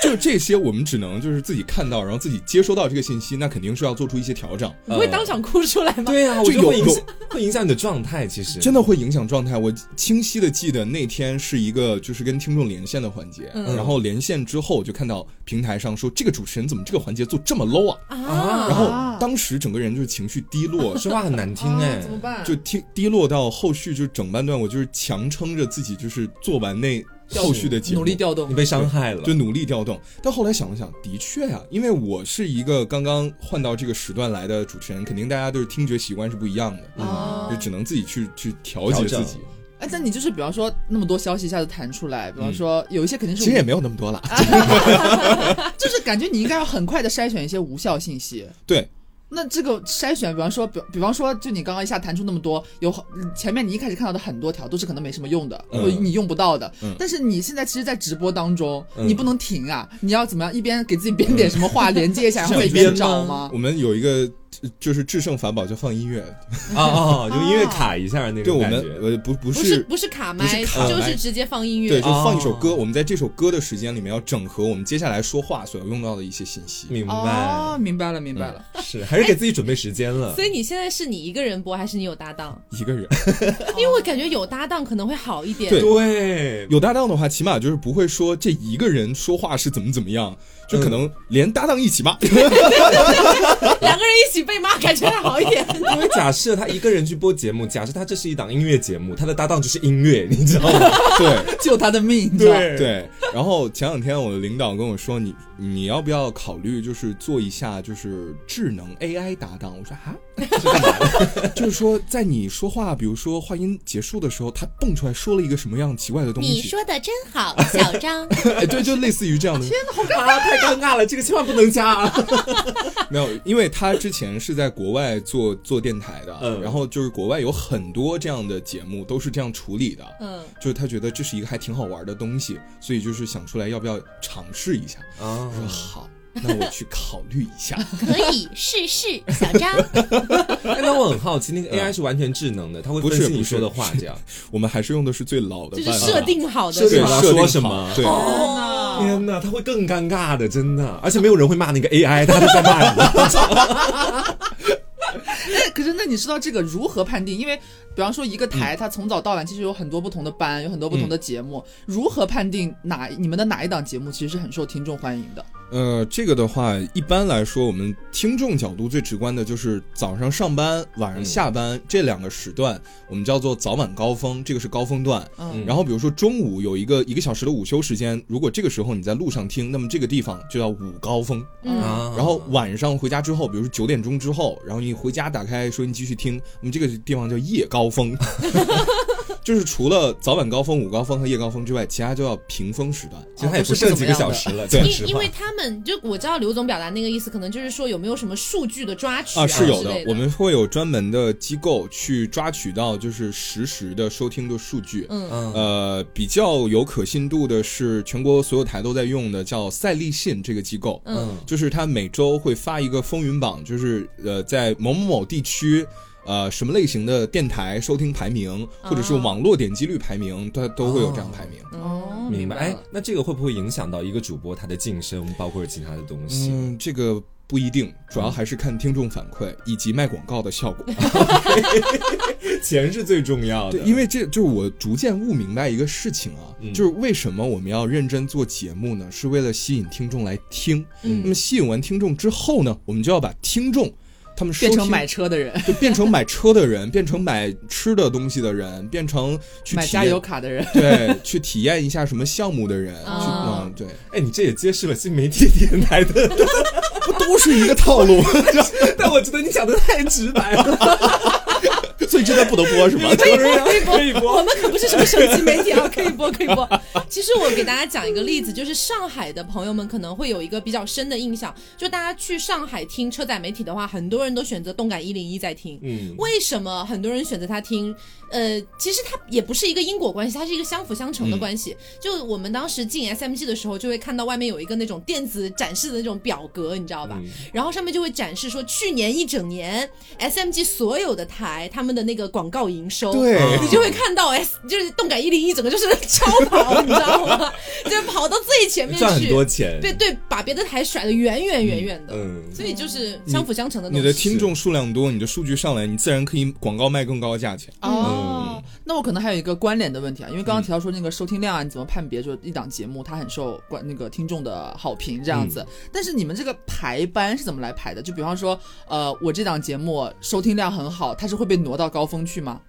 E: 就这些，我们只能就是自己看到，然后自己接收到这个信息，那肯定是要做出一些调整。
A: 你会当场哭出 来吗？
B: 对啊，我
E: 就
B: 觉得会
E: 有
B: 影响会影响你的状态，其实
E: 真的会影响状态。我清晰的记得那天是一个就是跟听众连线的环节，
A: 嗯
E: 然后连线之后就看到平台上说这个主持人怎么这个环节做这么 low 啊？
A: 啊，
E: 然后
D: 啊
E: 当时整个人就是情绪低 落，
B: 说话很难听哎
D: 啊，怎么办？
E: 就听低落到后续就整半段我就是强撑着自己就是做完那后续的节目，
D: 努力调动
B: 你。被伤害了
E: 就，努力调动。但后来想了想，的确啊，因为我是一个刚刚换到这个时段来的主持人，肯定大家对听觉习惯是不一样的，
A: 哦
E: 就只能自己去去调节
B: 调整
E: 自己。
D: 哎，那你就是比方说那么多消息一下子弹出来，比方说有一些肯定是
E: 嗯其实也没有那么多啦，
D: 就是感觉你应该要很快的筛选一些无效信息。
E: 对，
D: 那这个筛选，比方说，比比方说，就你刚刚一下弹出那么多，有很前面你一开始看到的很多条都是可能没什么用的，
E: 嗯
D: 或者你用不到的。
E: 嗯
D: 但是你现在其实，在直播当中，
B: 嗯
D: 你不能停啊！你要怎么样？一边给自己编点什么话连接 一下，然后一边找吗？
E: 我们有一个呃就是制胜法宝，叫放音乐。
B: 啊啊，就音乐卡一下那
E: 对，
B: 种
E: 我
B: 感
E: 们
B: 觉，
E: 呃不不
A: 不是
E: 是
A: 不是卡
E: 不
A: 麦，
E: 是卡麦
A: 就是直接放音
E: 对，
A: 乐
E: 就。放一首歌，
B: 哦
E: 我们在这首歌的时间里面要整合我们接下来说话所要用到的一些信息。
B: 明白嗯
D: 哦，明白了，明白了。
B: 是还是给自己准备时间了
A: 所，以你现在是你一个人播，还是你有搭档？
E: 一个人
A: 因为我感觉有搭档可能会好一点。
E: 对
B: 对，
E: 有搭档的话，起码就是不会说这一个人说话是怎么怎么样，就可能连搭档一 起骂。
A: 两个人一起被骂，感觉还好一 点。
B: 因为假设他一个人去播节目，假设他这是一档音乐节目，他的搭档就是音乐，你知道吗？
E: 对，
D: 救他的命，你知道吗？
E: 对，然后前两天我的领导跟我说，你你要不要考虑就是做一下就是智能 AI 搭档？我说啊， 是干嘛的？ 就是说在你说话，比如说话音结束的时候，它蹦出来说了一个什么样奇怪的东西？
A: 的真好，小张。
E: 哎，对，就类似于这样的。
B: 啊，太尴尬了，这个千万不能加啊！
E: 没有，因为他之前是在国外做做电台的，
B: 嗯
E: 然后就是国外有很多这样的节目都是这样处理的。
A: 嗯，
E: 就是他觉得这是一个还挺好玩的东西，所以就是想出来要不要尝试一下。
B: 啊
E: 我说好，嗯那我去考虑一 下。
A: 可以试试，小 张。
B: 哎那我很好奇，那个 AI 是完全智能的，它会
E: 嗯不
B: 分
E: 是
B: 析你
E: 不是
B: 说的话，这样
E: 我们还是用的是最老的
A: 就
E: 办
A: 是
E: 法，
A: 设定好的，
B: 设
A: 是
B: 定
A: 吧
B: 好
E: 啊设定
B: 说
E: 好
B: 什么
E: 对，
D: 哦，
B: 天哪，他会更尴尬的，真的，而且没有人会骂那个 AI，他就在骂你。
D: 哎，可是那你知道这个如何判定？因为比方说一个
E: 嗯
D: 台，它从早到晚其实有很多不同的班，有很多不同的节目，
E: 嗯
D: 如何判定哪你们的哪一档节目其实是很受听众欢迎的？
E: 呃，这个的话，一般来说，我们听众角度最直观的就是早上上班、晚上下班、
B: 嗯
E: 这两个时段，我们叫做早晚高峰，这个是高峰段。
D: 嗯
E: 然后比如说中午有一个一个小时的午休时间，如果这个时候你在路上听，那么这个地方就叫午高峰。
A: 嗯，
B: 啊
E: 然后晚上回家之后，比如说九点钟之后，然后你回家打开收音机去听，我们这个地方叫夜高 峰，就是除了早晚高峰、午高峰和夜高峰之外，其他就叫平峰时段。
B: 其实他也不剩几个小时了，讲实
A: 因因
B: 话
A: 为。他们就我知道刘总表达那个意思，可能就是说有没有什么数据的抓取
E: 啊，是有
A: 之
E: 的
A: 类，
E: 我们会有专门的机构去抓取到就是实时的收听的数据。
A: 嗯
B: 嗯
E: 呃，比较有可信度的是全国所有台都在用的叫赛立信这个机构。
A: 嗯
E: 就是他每周会发一个风云榜，就是呃，在某某某地区，呃，什么类型的电台收听排名，或者是
A: 哦
E: 网络点击率排名，它都会有这样排名。
A: 哦，
B: 明白，
A: 白
B: 哎
A: 了。，
B: 那这个会不会影响到一个主播他的晋升，包括其他的东西？
E: 嗯，这个不一定，主要还是看听众反馈以及卖广告的效果。
B: 钱是最重要的。
E: 对，因为这就是我逐渐悟明白一个事情啊，就是为什么我们要认真做节目呢？是为了吸引听众来听。那么吸引完听众之后呢，我们就要把听众他们收
D: 变成
E: 听
D: 买车的人，
E: 就变成买车的人，变成买吃的东西的人，变成去
D: 买
E: 体
D: 加
E: 验
D: 油卡的 人，
E: 对，去体验一下什么项目的人，去
A: 啊
E: 嗯，对，
B: 哎，你这也揭示了新媒体电台的，
E: 不都是一个套路？
B: 但我觉得你讲的太直白了，
E: 所以这段不得播是吧？
A: 可以播，可以播。我们可不是什么手机媒体啊，可以播，可以播。其实我给大家讲一个例子，就是上海的朋友们可能会有一个比较深的印象，就大家去上海听车载媒体的话，很多人都选择动感一零一在听。
B: 嗯，
A: 为什么很多人选择它听？呃，其实它也不是一个因果关系，它是一个相辅相成的关系。就我们当时进 SMG 的时候，就会看到外面有一个那种电子展示的那种表格，你知道吧？然后上面就会展示说去年一整年 SMG 所有的台他们的那个广告营收。
E: 对
B: 啊
A: 你就会看到 S 就是动感一零一整个就是 超跑，你知道吗？ 就跑到最前面
B: 赚很
A: 去，
B: 多钱。
A: 对对，把别的台甩得远远远远的，
B: 嗯，
A: 所以 就是相辅相成的东
E: 呃你
A: 西。
E: 的听众数量多，你的数据上来，你自然可以广告卖更高的价钱。嗯
D: 哦，那我可能还有一个关联的问题啊，因为刚刚提到说那个收听量啊，你怎么判别说一档节目它很受关那个听众的好评这样子？
E: 嗯
D: 但是你们这个排班是怎么来排的？就比方说，呃，我这档节目收听量很好，它是会被挪到高峰去吗？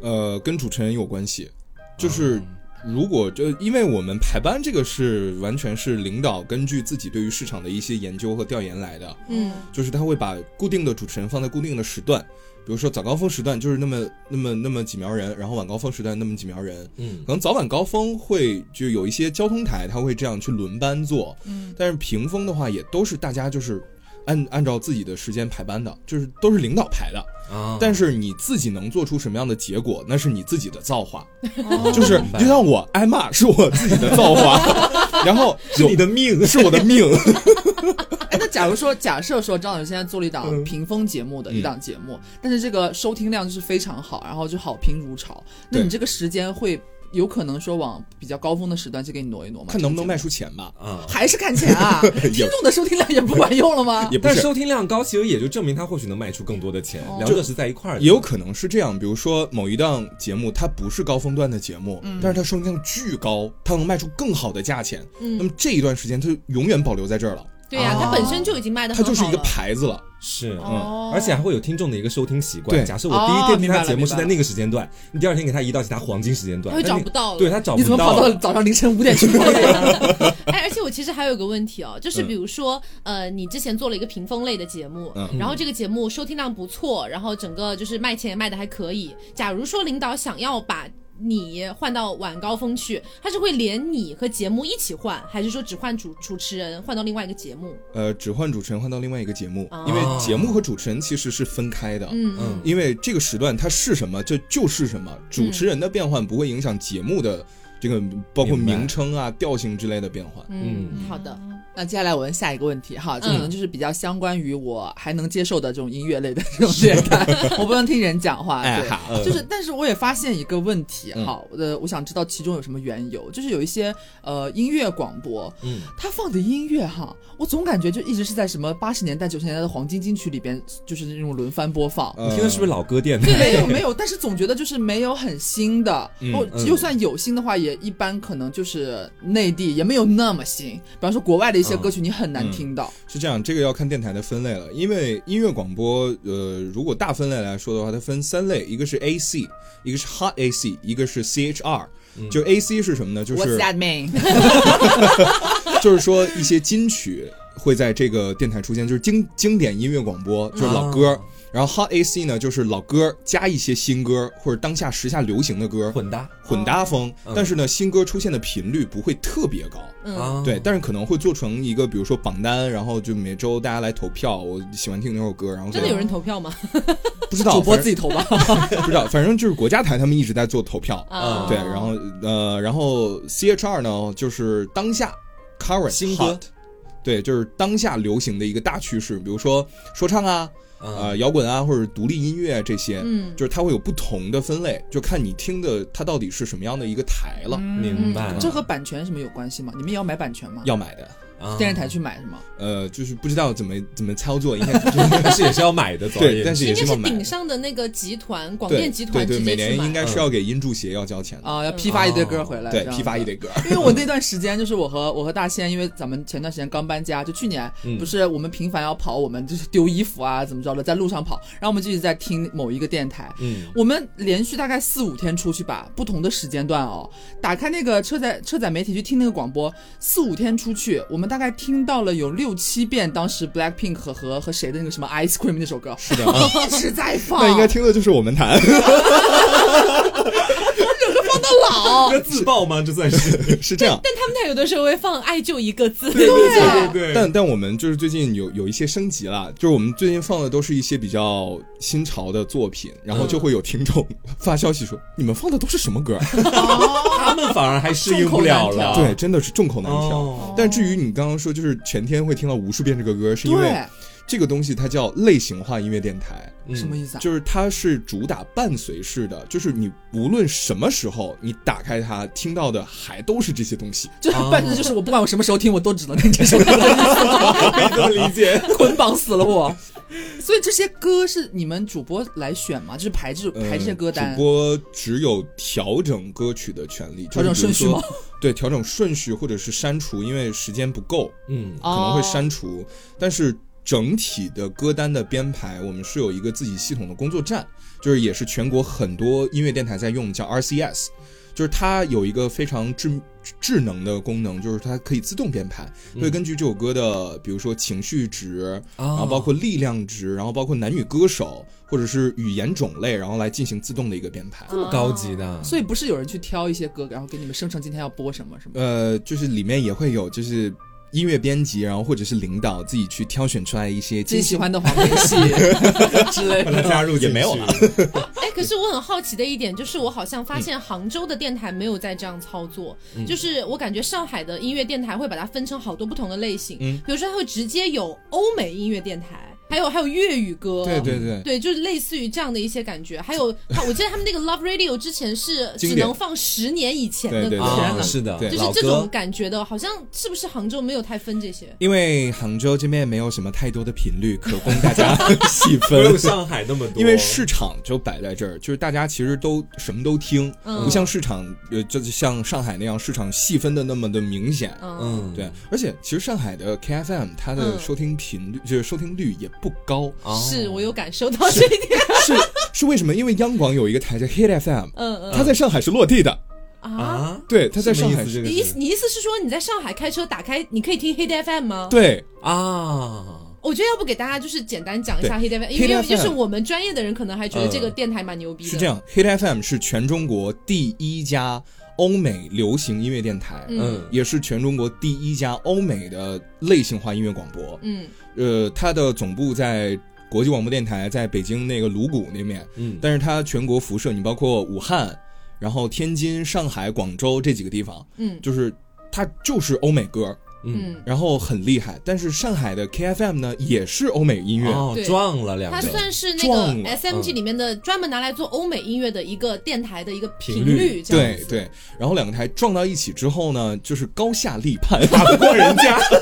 E: 呃，跟主持人有关系，就是。如果就因为我们排班这个是完全是领导根据自己对于市场的一些研究和调研来的，
A: 嗯，
E: 就是他会把固定的主持人放在固定的时段，比如说早高峰时段就是那么那么那么几苗人，然后晚高峰时段那么几苗人，
B: 嗯，
E: 可能早晚高峰会就有一些交通台，它会这样去轮班做，嗯，但是屏风的话也都是大家就是按按照自己的时间排班的，就是都是领导排的，
B: 啊，
E: 但是你自己能做出什么样的结果，那是你自己的造化，
A: 哦
E: 就是就像我挨骂是我自己的造 化，然后
B: 是
E: 有
B: 你的命，
E: 是我的 命，
D: 哎， 那假如说，假设说张老师现在做了一档屏风节目
E: 嗯
D: 的一档节目，但是这个收听量就是非常好，然后就好评如潮，那
E: 对
D: 你这个时间会有可能说往比较高峰的时段去给你挪一挪吗？
E: 看能不能卖
D: 这个节
E: 出钱吧。
B: 啊
D: 目，。还是看钱 啊？听众的收听量也不管用了吗？
E: 也不
B: 但
E: 是，
B: 收听量高，其实也就证明它或许能卖出更多的钱，
A: 哦
B: 两者是在一块儿的。
E: 也有可能是这样，比如说某一档节目，它不是高峰段的节目，但是它收听量巨高，它能卖出更好的价钱。
A: 嗯
E: 那么这一段时间，它就永远保留在这儿了，
A: 对呀、它本身就已经卖的
E: 它
A: 很好
E: 就
A: 了。
E: 是一个牌子了。
B: 是，
D: 哦
B: 嗯，而且还会有听众的一个收听习惯。
E: 对
B: 假设我第一天听他
D: 哦
B: 节目
D: 明白了
B: 是在那个时间段，你第二天给他移到其他黄金时间段，
A: 他会
B: 但
A: 找
B: 你
A: 不到了
B: 对他找
D: 你
B: 不
D: 怎么跑到
B: 了
D: 早上凌晨五点去啊播的呀？
A: 哎，而且我其实还有个问题哦，就是比如说，呃，你之前做了一个屏风类的节目，
E: 嗯
A: 然后这个节目收听量不错，然后整个就是卖钱也卖的还可以。假如说领导想要把你换到晚高峰去，他是会连你和节目一起换，还是说只换主主持人换到另外一个节目？
E: 呃，只换主持人换到另外一个节目
A: 哦，
E: 因为节目和主持人其实是分开的。
A: 嗯
B: 嗯
E: 因为这个时段它是什么，这就是什么。主持人的变换不会影响节目的这个，包括
B: 明白
E: 名称啊、调性之类的变换。
A: 嗯，好的，
D: 那接下来我问下一个问题
E: 嗯
D: 哈，这可能就是比较相关于我还能接受的这种音乐类的这种电台， 我不能听人讲话。
E: 哎
D: 对
E: 好，
B: 呃
D: 就是，但是我也发现一个问题
E: 嗯
D: 哈，呃，我想知道其中有什么缘由，就是有一些呃音乐广播，
B: 嗯，
D: 它放的音乐哈，我总感觉就一直是在什么八十年代、九十年代的黄金金曲里边，就是那种轮番播放。
E: 呃
B: 你听的是不是老歌电台？
D: 没有没有，但是总觉得就是没有很新的，
E: 嗯
D: 我
B: 嗯
D: 就算有新的话，也一般可能就是内地也没有那么新。比方说国外的一些
E: 嗯
D: 歌曲，你很难听到。
E: 是这样，这个要看电台的分类了，因为音乐广播，呃，如果大分类来说的话，它分三类，一个是 AC，一个是 Hot AC，一个是 CHR。就
B: 嗯
E: AC 是什么呢？就是 嗯
D: mean？
E: 就是说一些金曲会在这个电台出现，就是经经典音乐广
B: 哦
E: 播，就是老歌。然后 Hot AC 呢，就是老歌加一些新歌或者当下时下流行的 歌，
B: 混搭
E: 混搭风。
B: 嗯
E: 但是呢，新歌出现的频率不会特别高。
A: 嗯
B: 啊，
E: 对，但是可能会做成一个，比如说榜单，然后就每周大家来投票，我喜欢听哪首歌，然后
A: 真的有人投票吗？
E: 不知道
D: 主播
E: 反
D: 自己投吧。
E: 正不知道，反正就是国家台他们一直在做投票，
A: 啊，
E: 嗯对，然后呃，然后 CHR 呢就是当下 current
B: 新歌
E: hot，对，就是当下流行的一个大趋势，比如说说唱啊，
B: 啊
E: 呃，摇滚啊，或者独立音乐这些，
A: 嗯
E: 就是它会有不同的分类，就看你听的它到
B: 嗯
E: 底是什么样的一个台了，
B: 明白了，
D: 嗯这和版权什么有关系吗？你们也要买版权吗？
E: 要买的。
B: 啊
D: 电视台去买是吗？
E: 呃，就是不知道怎么怎么操作，应该就是
B: 但是也是要买的，总而
E: 对，
B: 言
E: 但
B: 之
E: 是也
A: 应该
E: 是要
A: 是
E: 买
A: 顶
E: 的。
A: 上的那个集团，广
E: 对
A: 电集
E: 对
A: 团直
E: 对，每
A: 接去
E: 年应
A: 买。
E: 该是要给音著协要交钱的，
D: 啊，要批发一堆歌回来，
E: 对
D: 这，样
E: 批发
D: 子
E: 一。堆歌。
D: 因为我那段时间就是我和我和大仙，因为咱们前段时间刚搬家，就去年
B: 嗯
D: 不是我们频繁要跑，我们就是丢衣服啊，怎么着的，在路上跑，然后我们就一直在听某一个电台，
B: 嗯，
D: 我们连续大概四五天出去吧，不同的时间段哦，打开那个车载车载媒体去听那个广播，四五天出去，我们大概听到了有六七遍当时 Blackpink 和和和谁的那个什么 Ice Cream 那首歌，是的， 一直在放，
E: 那应该听的就是我们谈，
D: 放到老，
B: 这自爆吗？这算是
E: 是这样。
A: 但 他们台有的时候会放“爱就一个字”，
D: 对啊
B: 对
E: 但但我们就是最近有有一些升级了，就是我们最近放的都是一些比较新潮的作品，然后就会有听众发消息说：“你们放的都是什么歌
B: 他们反而还适应不了了。？”
E: 对，真的是众口难调。
B: 啊哦
E: 但至于你刚刚说，就是全天会听到无数遍这个歌，是因为
D: 对，
E: 这个东西它叫类型化音乐电台，
B: 嗯
D: 什么意思啊？
E: 就是它是主打伴随式的，就是你无论什么时候你打开它，听到的还都是这些东西。
D: 就是反正就是我不管我什么时候听，我都只能听这首歌，
B: 没怎么理解。
D: 捆绑死了我。所以这些歌是你们主播来选吗？就是排这
E: 呃
D: 排这些歌单
E: 主，播只有调整歌曲的权利，
D: 调整
E: 就是比
D: 顺
E: 如
D: 序
E: 说
D: 吗？
E: 对，调整顺序或者是删除，因为时间不够，
B: 嗯，
E: 可能会删除。但是整体的歌单的编排，我们是有一个自己系统的工作站，就是也是全国很多音乐电台在用，叫 RCS，就是它有一个非常智智能的功能，就是它可以自动编排，会根据这首歌的，比如说情绪值，
B: 啊哦
E: 然后啊包括力量值，然后包括男女歌手或者是语言种类，然后来进行自动的一个编排。
A: 这么
B: 高级的，
D: 哦所以不是有人去挑一些歌，然后给你们生成今天要播什么什么？
E: 呃，就是里面也会有就是音乐编辑，然后或者是领导自己去挑选出来一些
D: 自己
E: 精
D: 喜
E: 心
D: 欢的黄 梅戏之类
B: 把它
D: 的。
B: 加入进去
E: 也没有了。
A: 哎，可是我很好奇的一点就是，我好像发现杭州的电台没有在这样操作，
E: 嗯
A: 就是我感觉上海的音乐电台会把它分成好多不同的类型，
E: 嗯
A: 比如说它会直接有欧美音乐电台，还有还有粤语歌，
E: 对对对，
A: 对，就是类似于这样的一些感觉。 还有，他我记得他们那个 Love Radio 之前是
E: 经
A: 只
E: 典
A: 能放十年以前的
E: 对
A: 歌，
E: 对
D: 天
B: 啊，
D: 哪
B: 是的，
E: 对
A: 就是这种感觉的，好像是不是杭州没有太分这些？
E: 因为杭州这边没有什么太多的频率可供 大家细
B: 没有
E: 分。
B: 上海那么多，
E: 因为市场就摆在这儿，就是大家其实都什么都听，
A: 嗯
E: 不像市场，呃，就是像上海那样市场细分的那么的明显。
A: 嗯，
B: 嗯，
E: 对，而且其实上海的 KFM 它的
A: 嗯
E: 收听频率，就是收听率也不高，
B: 哦
A: 是我有感受到这一 点。
E: 是是为什么？因为央广有一个台叫 Hit FM，
A: 嗯
E: 它在上海是落地的，
A: 嗯啊，
B: 啊，
E: 对，它在
B: 什么
E: 上
B: 意
E: 海
B: 思
E: 是
B: 这个
A: 你意
B: 是
A: 思你意思是说你在上海开车打开，你可以听 Hit FM 吗？。
E: 对，
B: 啊，
A: 我觉得要不给大家就是简单讲一下 Hit FM，因
E: Hit
A: 为因为
E: FM
A: 就是我们专业的人可能还觉得
B: 嗯
A: 这个电台蛮牛逼的。
E: 是这。样，Hit FM 是全中国第一家欧美流行音乐电台，
A: 嗯
B: 嗯
E: 也是全中国第一家欧美的类型化音乐广播。
A: 嗯，
E: 呃，它的总部在国际广播电台，在北京那个鲁谷那面，
B: 嗯，
E: 但是它全国辐射，你包括武汉，然后天津、上海、广州这几个地方，
A: 嗯
E: 就是它就是欧美歌，
B: 嗯，
A: 嗯，
E: 然后很厉害。但是上海的 KFM 呢，也是欧美音乐。
B: 哦
A: 对，
B: 撞了两
A: 它
B: 种，
A: 算是那个
E: 撞了
A: SMG
B: 嗯
A: 里面的专门拿来做欧美音乐的一个电台的一个频
B: 频率
A: 率，这样
E: 对
A: 子。
E: 对，然后两个台撞到一起之后呢，就是高下立判。
B: 打不过人家，好过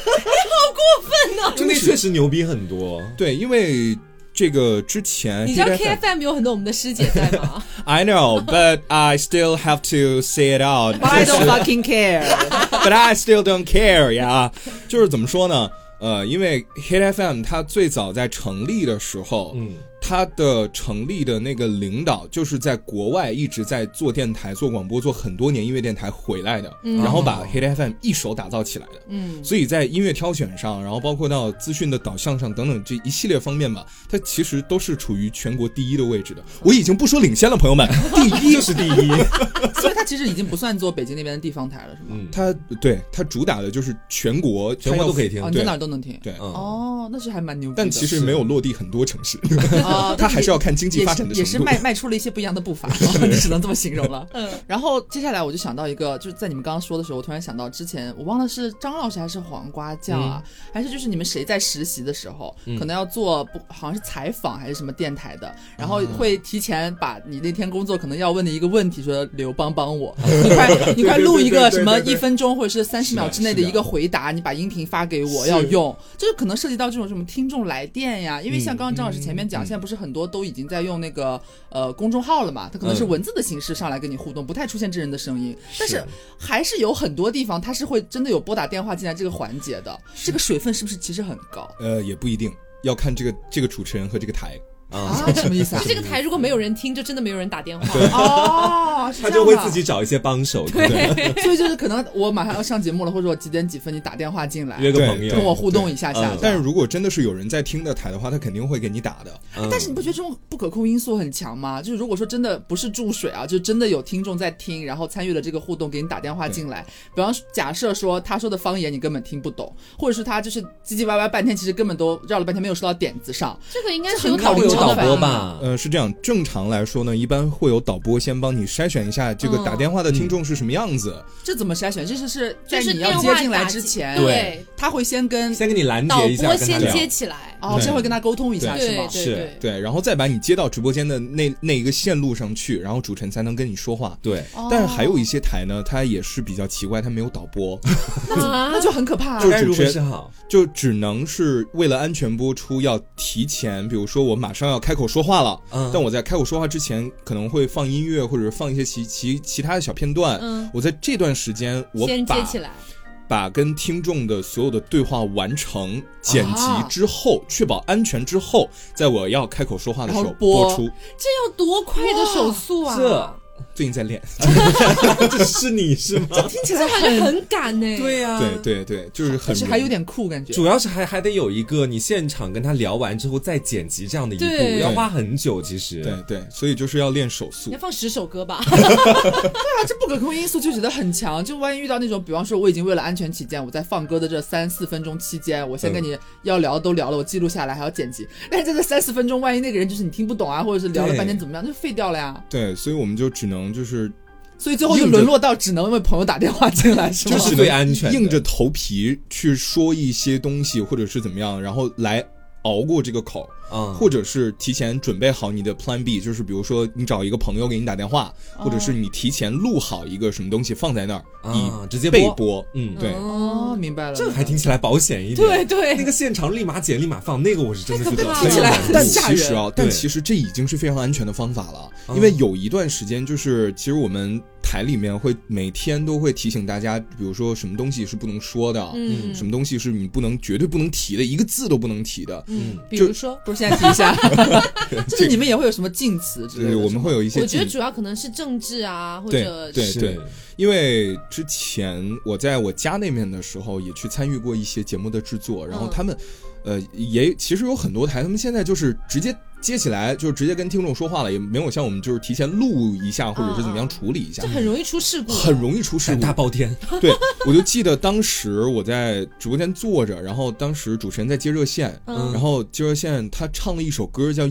B: 分呐！真的确实牛逼很多，
E: 对，因为这个之前
A: 你知道
E: Hit FM
A: KFM 有很多我们的师姐在吗？
E: I know, but I still have to say it out.
D: But I don't fucking care。
E: But I still don't care 呀、 就是怎么说呢？呃，因为 Hit FM 它最早在成立的时候，
B: 嗯，
E: 它的成立的那个领导就是在国外一直在做电台、做广播、做很多年音乐电台回来的，
A: 嗯
E: 然后把 Hit FM 一手打造起来的。
A: 嗯，
E: 所以在音乐挑选上，然后包括到资讯的导向上等等这一系列方面吧，它其实都是处于全国第一的位置的。我已经不说领先了，朋友们，第一就是第一。
D: 所以他其实已经不算做北京那边的地方台了，是吗？
B: 嗯，
E: 它对它主打的就是全国，
B: 全国都可以
E: 它要
B: 听
D: 哦，你在
E: 对
D: 哪儿都能听。
E: 对。
B: 嗯，
D: 哦，那是还蛮牛逼的。
E: 但其实没有落地很多城市，
D: 哦 啊，
E: 他还是要看经济发展的
D: 也
E: 程
D: 是
E: 度。
D: 迈迈出了一些不一样的步 伐，哦你只能这么形容了。
A: 嗯，
D: 然后接下来我就想到一个，就是在你们刚刚说的时候，我突然想到之前我忘了是张老师还是黄瓜酱啊，还是就是你们谁在实习的时候，可能要做不好像是采访还是什么电台的，然后会提前把你那天工作可能要问的一个问题说刘帮帮我，你快你快录一个什么一分钟或者是三十秒之内的一个回答，你把音频发给我要用，就是可能涉及到这种什么听众来电呀，因为像刚刚张老师前面讲，现在不是很多都已经在用那个呃公众号了嘛，它可能是
B: 嗯
D: 文字的形式上来跟你互动，不太出现真人的声音，但是
B: 是
D: 还是有很多地方它是会真的有拨打电话进来这个环节的，这个水分是不是其实很高？
E: 呃，也不一定要看这个这个主持人和这个台。
A: 嗯
B: 啊，
D: 啊，什么意思啊
A: 就？这个台如果没有人听，就真的没有人打电话。
D: 哦，是
B: 他
D: 这
B: 就
D: 样
B: 会
D: 的
B: 自己找一些帮手，对不对？
A: 对，
D: 所以就是可能我马上要上节目了，或者我几点几分你打电话进来，
B: 约个朋
E: 对
D: 跟
B: 友，
D: 我互动一下下
B: 嗯。
E: 但是如果真的是有人在听的台的话，他肯定会给你打的。
B: 嗯
D: 但是你不觉得这种不可控因素很强吗？就是如果说真的不是注水啊，就真的有听众在听，然后参与了这个互动，给你打电话进来。比方说假设说他说的方言你根本听不懂，或者是他就是唧唧歪歪半天，其实根本都绕了半天没有说到点子上。
A: 这个应该
D: 这
A: 是
D: 很
A: 有
D: 考
A: 导
D: 虑
B: 有
A: 播
B: 导
A: 的吧
B: 播？吧？
E: 呃，是这样，正常来说呢，一般会有导播先帮你筛选一下这个
A: 嗯
E: 打电话的听众是什么样子。
D: 这怎么筛选？这是是在
A: 就是
D: 你要
A: 电
D: 接
A: 话
D: 进来
A: 打
D: 之
A: 进
D: 前，
A: 对，
D: 他会先跟
B: 嗯先给你拦
A: 导
B: 截一下，
A: 播
B: 跟他
A: 先
B: 聊。
A: 接起来。
D: 哦，先会跟他沟通一下是
A: 对
D: 吗？
A: 对
B: 是
A: 对，
E: 对，然后再把你接到直播间的那那一个线路上去，然后主持人才能跟你说话。
B: 对，
E: 但是还有一些台呢，它也是比较奇怪，它没有导播，
A: 啊
D: 那就很可怕、啊。
E: 就
B: 该如
E: 主持
B: 何
E: 人
B: 是好？
E: 就只能是为了安全播出，要提前，比如说我马上要开口说话了，
B: 嗯
E: 但我在开口说话之前，可能会放音乐或者放一些其其其他的小片段。
A: 嗯
E: 我在这段时间，我
A: 先接
E: 把
A: 起来。
E: 把跟听众的所有的对话完成、剪辑之后，确保安全之后，在我要开口说话的时
D: 然
E: 候
D: 后播
E: 出。
A: 这要多快的手速啊！
B: 这
E: 最近在练，
B: 这是你是吗？
D: 听
A: 这
D: 起来
A: 感觉很赶呢。
B: 对啊呀，
E: 对对对，就是很
D: 而且还有
E: 容易
D: 点酷感觉。
B: 主要是还还得有一个你现场跟他聊完之后再剪辑这样的一步，
A: 对
B: 要花很久。其实，
E: 对对，所以就是要练手速
A: 你要。放十首歌吧？
D: 啊，这不可控因素就觉得很强，就万一遇到那种，比方说我已经为了安全起见，我在放歌的这三四分钟期间，我
E: 嗯
D: 先跟你要聊的都聊了，我记录下来还要剪辑，但是这三四分钟，万一那个人就是你听不懂啊，或者是聊了半天
B: 对
D: 怎么样，就废掉了呀。
E: 对，所以我们就只能就是
D: 所以最后就沦落到只能为朋友打电话进来，是吗？
B: 就是最安全的
E: 硬着头皮去说一些东西，或者是怎么样，然后来熬过这个口，
B: 嗯，
E: 或者是提前准备好你的 Plan B，就是比如说你找一个朋友给你打电话，或者是你提前录好一个什么东西放在那儿，
B: 啊
E: 以
B: 直接播
E: 备播。
B: 嗯，
E: 对，
D: 哦，明白了，
B: 这个还听起来保险一点。
A: 对对
B: 那个现场立马剪立马放，那个我是真的觉得
A: 太可怕了听
B: 很
A: 起
B: 有
A: 来
B: 难
D: 很
E: 但
B: 度。
D: 吓
E: 其实啊
D: 人，
E: 但
B: 对
E: 其实这已经是非常安全的方法了，因为有一段时间就是，其实我们台里面会每天都会提醒大家，比如说什么东西是不能说的，
A: 嗯
E: 什么东西是你不能绝对不能提的，一个字都不能提的。
A: 嗯，比如说，
D: 不是现在提一 下，就是你们也会有什么禁词之类
E: 对，
D: 的，
E: 我们会有一些
A: 我觉得
E: 禁
A: 主要可能是政治啊，或
E: 对
A: 者
E: 对
B: 是
E: 对，因为之前我在我家那边的时候，也去参与过一些节目的制作，然后
A: 嗯
E: 他们，呃，也其实有很多台，他们现在就是直接接起来，就直接跟听众说话了，也没有像我们就是提前录一下，或者是怎么样处理一下
A: 这。很容易出事故，
E: 很容易出事
B: 胆
E: 故
B: 大，包天，
E: 对我就记得当时我在直播间坐着，然后当时主持人在接热线，
A: 嗯
E: 然后接热线他唱了一首歌叫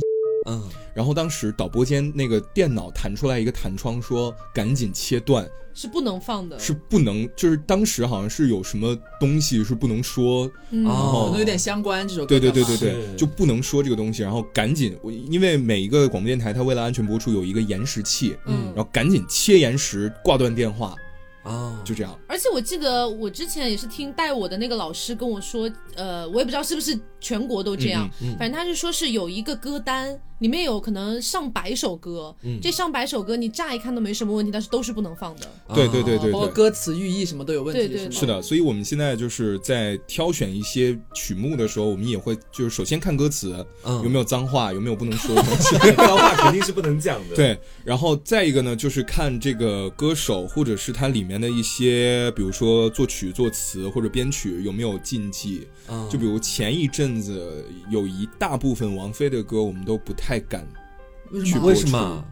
B: 嗯，
E: 然后当时导播间那个电脑弹出来一个弹窗，说赶紧切断，
A: 是不能放的。
E: 是不能，就是当时好像是有什么东西是不能说，
A: 嗯，
D: 可
B: 哦
D: 能有点相关这首歌。
E: 对对对对对，
B: 是
E: 就不能说这个东西，然后赶紧，我因为每一个广播电台它为了安全播出有一个延时器，
A: 嗯
E: 然后赶紧切延时，挂断电话，
B: 啊，
E: 就这样。
A: 而且我记得我之前也是听带我的那个老师跟我说，呃，我也不知道是不是全国都这样，
B: 嗯嗯嗯
A: 反正他是说是有一个歌单，里面有可能上百首歌，
B: 嗯
A: 这上百首歌你乍一看都没什么问题，但是都是不能放的。
B: 啊
E: 对对对对
D: 包括
E: 对。
D: 歌词寓意什么都有问
A: 对
D: 题，
A: 对
D: 吗
A: 对
E: 是的，所以我们现在就是在挑选一些曲目的时候，我们也会就是首先看歌词，
B: 嗯
E: 有没有 脏话，有没有不能说的东西，
B: 脏话肯定是不能讲的。，
E: 对，然后再一个呢，就是看这个歌手或者是它里面的一些，比如说作曲、作词或者编曲有没有禁忌。
B: 嗯
E: 就比如前一阵子有一大部分王菲的歌，我们都不太敢。
D: 为什么？
B: 为什么？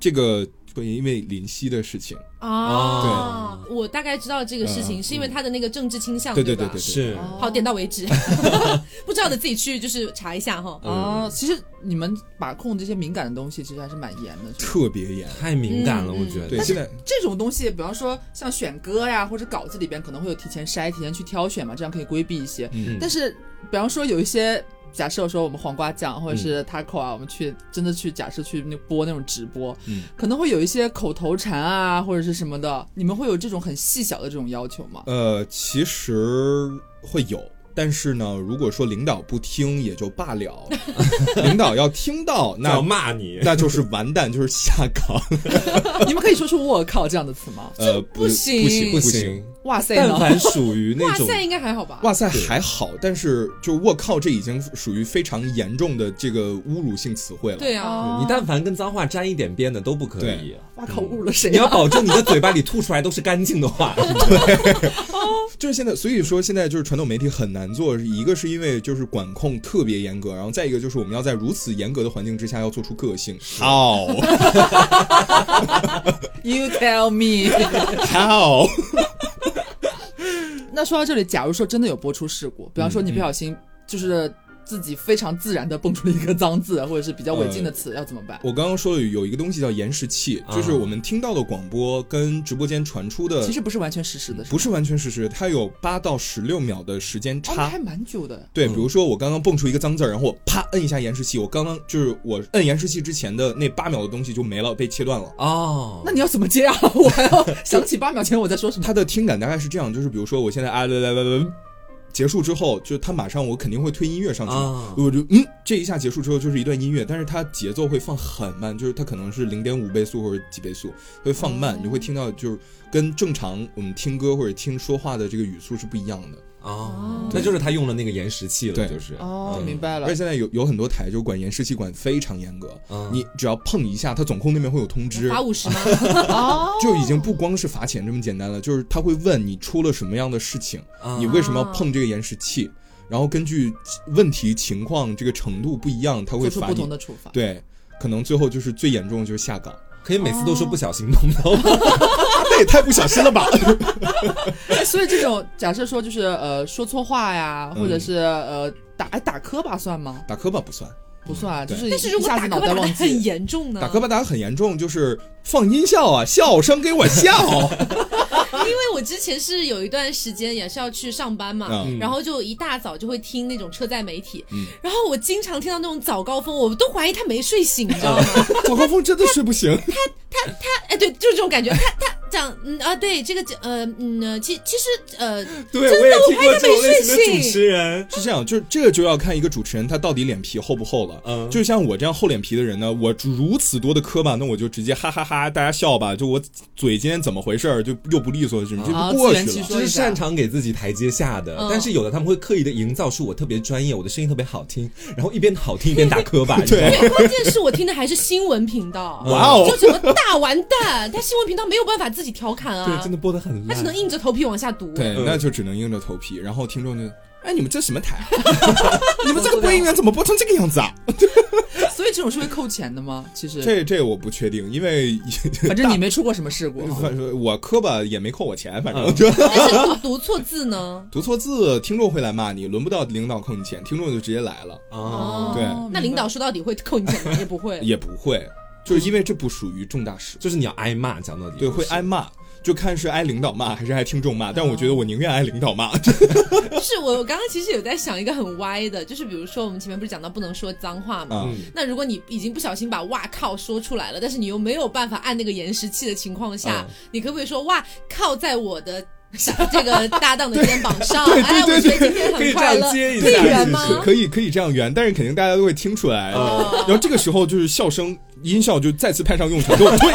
E: 这个关于因为林夕的事情，
A: 啊，我大概知道这个事情，是因为他的那个政治倾向，
E: 对对
A: 对
E: 对
A: 吧
E: 对，
B: 是
D: 哦
A: 好，点到为止，不知道的自己去就是查一下哈。
B: 嗯
D: 哦，其实你们把控这些敏感的东西，其实还是蛮严的。是吧
E: 特别严。
B: 太敏感了，
A: 嗯
B: 我觉得。
E: 对，现在
D: 这种东西，比方说像选歌呀，或者稿子里边可能会有提前筛、提前去挑选嘛，这样可以规避一些。
E: 嗯
D: 但是，比方说有一些，假设说我们黄瓜酱或者是 taco 啊，我们去真的去假设去那播那种直播，
E: 嗯
D: 可能会有一些口头禅啊或者是什么的，你们会有这种很细小的这种要求吗？
E: 呃，其实会有，但是呢，如果说领导不听也就 罢了，领导要听到
B: 那要
E: 那。
B: 骂你，
E: 那就是完蛋，就是下岗。
D: 你们可以说出“我靠”这样的词吗？
E: 呃，不
D: 行
E: 不行，
B: 不
E: 行
B: 行。。
D: 哇塞
B: 但
D: 呢？
B: 凡属于那
A: 哇
B: 种
A: 塞，应该还好吧？
E: 哇塞，还好，但是就我靠，这已经属于非常严重的这个侮辱性词汇了。
A: 对啊，
B: 你
D: 哦
B: 但凡跟脏话沾一点边的都不可以
E: 对。
D: 哇靠，侮辱了谁、啊？
B: 你要保证你的嘴巴里吐出来都是干净的话，
E: 就是现在，所以说现在就是传统媒体很难做，一个是因为就是管控特别严格，然后再一个就是我们要在如此严格的环境之下要做出个性。How
D: You tell me 。
E: how？
D: 那说到这里，假如说真的有播出事故，比方
E: 嗯
D: 说你不小心就是自己非常自然的蹦出了一个脏字，或者是比较违禁的
E: 呃
D: 词，要怎么办？
E: 我刚刚说了有一个东西叫延 时器，就是我们听到的广播跟直播间传出的
D: 其实不是完全实时的，
E: 呃不是完全事实，它有八到十六秒的时间
D: 哦，
E: 差。
D: 那还蛮久的。
E: 对，比如说我刚刚蹦出一个脏字儿，然后我啪摁一下延时器，我刚刚就是我摁延时器之前的那八秒的东西就没了，被切断了。
B: 哦
D: 那，你要怎么接啊？ 我还要想起八秒前我在说什么。
E: 它的听感大概是这样，就是比如说我现在啊来来来来，结束之后，就它马上我肯定会推音乐上去，
B: 啊
E: 我就嗯这一下结束之后就是一段音乐，但是它节奏会放很慢，就是它可能是零点五倍速或者几倍速会放慢，你会听到就是跟正常我们听歌或者听说话的这个语速是不一样的。
B: 哦，那就是他用了那个延时器了，
E: 对
B: 就是
D: 哦，
B: 嗯
D: 明白了
E: 而且。现在有有很多台就管延时器管非常严格，
B: 嗯
E: 你只要碰一下，它总控那边会有通知
A: 罚，五十吗？
D: 哦，
E: 就已经不光是罚钱这么简单了，就是他会问你出了什么样的事情，
B: 啊
E: 你为什么要碰这个延时器，然后根据问题情况这个程度不一样，他会
D: 做出
E: 罚
D: 不同
E: 你。
D: 的处罚。
E: 对，可能最后就是最严重的就是下岗，
B: 可以每次都说不小心碰到 吗，
E: 那也太不小心 了吧？
D: 哎所以这种假设说就是呃说错话呀，
E: 嗯
D: 或者是呃打哎打磕巴算吗？
E: 打磕巴不算，
D: 不算啊，就
E: 对
D: 是
A: 但是如
D: 一
A: 果
D: 下
A: 打
D: 子
A: 磕
D: 脑
A: 巴
D: 袋
A: 打得
D: 忘记
A: 很。严
D: 嗯
A: 重呢，
E: 打磕巴打得很严重，就是放音效啊，笑声给我笑。
A: 因为我之前是有一段时间也是要去上班嘛，
E: 嗯
A: 然后就一大早就会听那种车载媒体，
E: 嗯
A: 然后我经常听到那种早高峰，我都怀疑他没睡醒，你知道吗？
E: 早高峰真的睡不醒，
A: 哎，对，就是这种感觉，他他讲嗯啊，对这个呃嗯呃其其实呃
B: 对
A: 真的
B: 我也听过这
A: 我还以
B: 种类型
A: 为没
B: 的
A: 睡
B: 主
A: 醒
B: 持人，
E: 是这样，就是这个就要看一个主持人他到底脸皮厚不厚了。
B: 嗯
E: 就像我这样厚脸皮的人呢，我如此多的磕巴，那我就直接哈哈哈大家笑吧。就我嘴今天怎么回事儿，就又不利索，什么就
D: 啊
E: 就过
D: 自圆
E: 去
D: 其
E: 了
D: 说。
B: 就
D: 一
B: 是
D: 下
B: 擅长给自己台阶下的
A: 嗯，
B: 但是有的他们会刻意的营造出我特别专业，我的声音特别好听，然后一边好听一边打磕巴，
E: 对
B: 你知道吗，
A: 关键是我听的还是新闻频道，
E: 哇哦
A: 就什么大完蛋，他新闻频道没有办法自己调侃啊，
B: 对，真的播的很
A: 他只能
B: 烂。
A: 硬着头皮往下读。
E: 对，
B: 嗯
E: 那就只能硬着头皮。然后听众就，哎，你们这什么台？你们这个播音员怎么播成这个样子啊？
D: 所以这种是会扣钱的吗？其实，
E: 这这我不确定，因为
D: 反正你没出过什么事故。
E: 反正我磕巴也没扣我钱，反正就
A: 但哎是读读错字呢？
E: 读错字，听众会来骂你，轮不到领导扣你钱，听众就直接来了。
B: 啊，
A: 哦，
E: 对
A: 那领导说到底会扣你钱吗？也不会。
E: 也不会，就是因为这不属于重大事故，
B: 就是你要挨骂，讲到底
E: 对，会挨骂。就看是挨领导骂还是挨听众骂，但我觉得我宁愿挨领导骂。
A: 就是我我刚刚其实有在想一个很歪的，就是比如说我们前面不是讲到不能说脏话嘛。
E: 啊，
B: 嗯
A: 那如果你已经不小心把“哇靠”说出来了，但是你又没有办法按那个延时器的情况
B: 啊
A: 下，你可不可以说“哇靠”在我的这个搭档的肩膀上？
E: 对对
A: 哎，我
E: 对
A: 觉得
E: 对
A: 今天
B: 可
A: 很
B: 以这
A: 快
B: 样
A: 乐。
B: 接一
A: 可以啊
B: 下，
A: 圆
B: 是
A: 吗
B: 不是
E: 可以可以这样圆，但是肯定大家都会听出来。
A: 啊
E: 然后这个时候就是笑声音效就再次派上用场， 就对